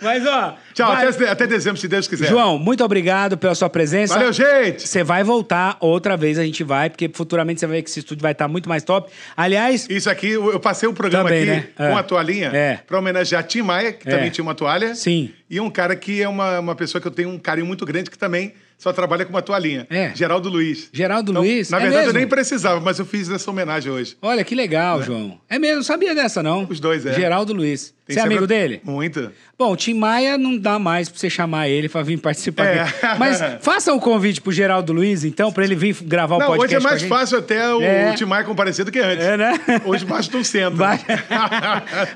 Mas, ó. Tchau, vai- até, até dezembro, se Deus quiser. João, muito obrigado pela sua presença. Valeu, gente! Você vai voltar outra vez, a gente vai, porque futuramente você vai ver que esse estúdio vai estar muito mais top. Aliás, Isso aqui, eu eu passei o programa Também, aqui né? com É. a toalhinha É. pra homenagear Tim Maia, que É. também tinha uma toalha. Sim. E um cara que é uma, uma pessoa que eu tenho um carinho muito grande, que também só trabalha com uma toalhinha. É. Geraldo Luiz. Então, Geraldo Luiz, Na é verdade, eu mesmo? nem precisava, mas eu fiz essa homenagem hoje. olha que legal, João. É mesmo, não sabia dessa, não? Os dois, é. Geraldo Luiz. Tem você é um sempre- um- amigo dele? Muito. Bom, o Tim Maia não dá mais pra você chamar ele pra vir participar. É. aqui. Mas faça um convite pro Geraldo Luiz, então, pra ele vir gravar o Não, podcast. hoje é com a mais gente. fácil até o, É. o Tim Maia comparecer do que antes. É, né? Hoje basta um centro. Ba-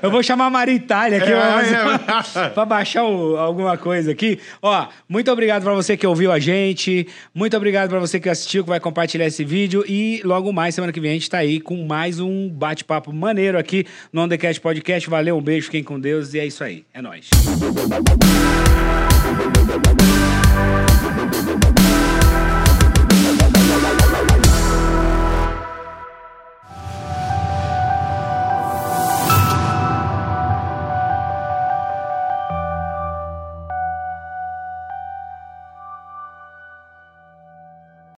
Eu vou chamar a Maria Itália aqui É, ó, é. pra baixar o- alguma coisa aqui. Ó, muito obrigado pra você que ouviu a gente. Muito obrigado pra você que assistiu, que vai compartilhar esse vídeo. E logo mais, semana que vem, a gente tá aí com mais um bate-papo maneiro aqui no Undercast Podcast. Valeu, um beijo, fiquem com Deus. E é isso aí. É nóis.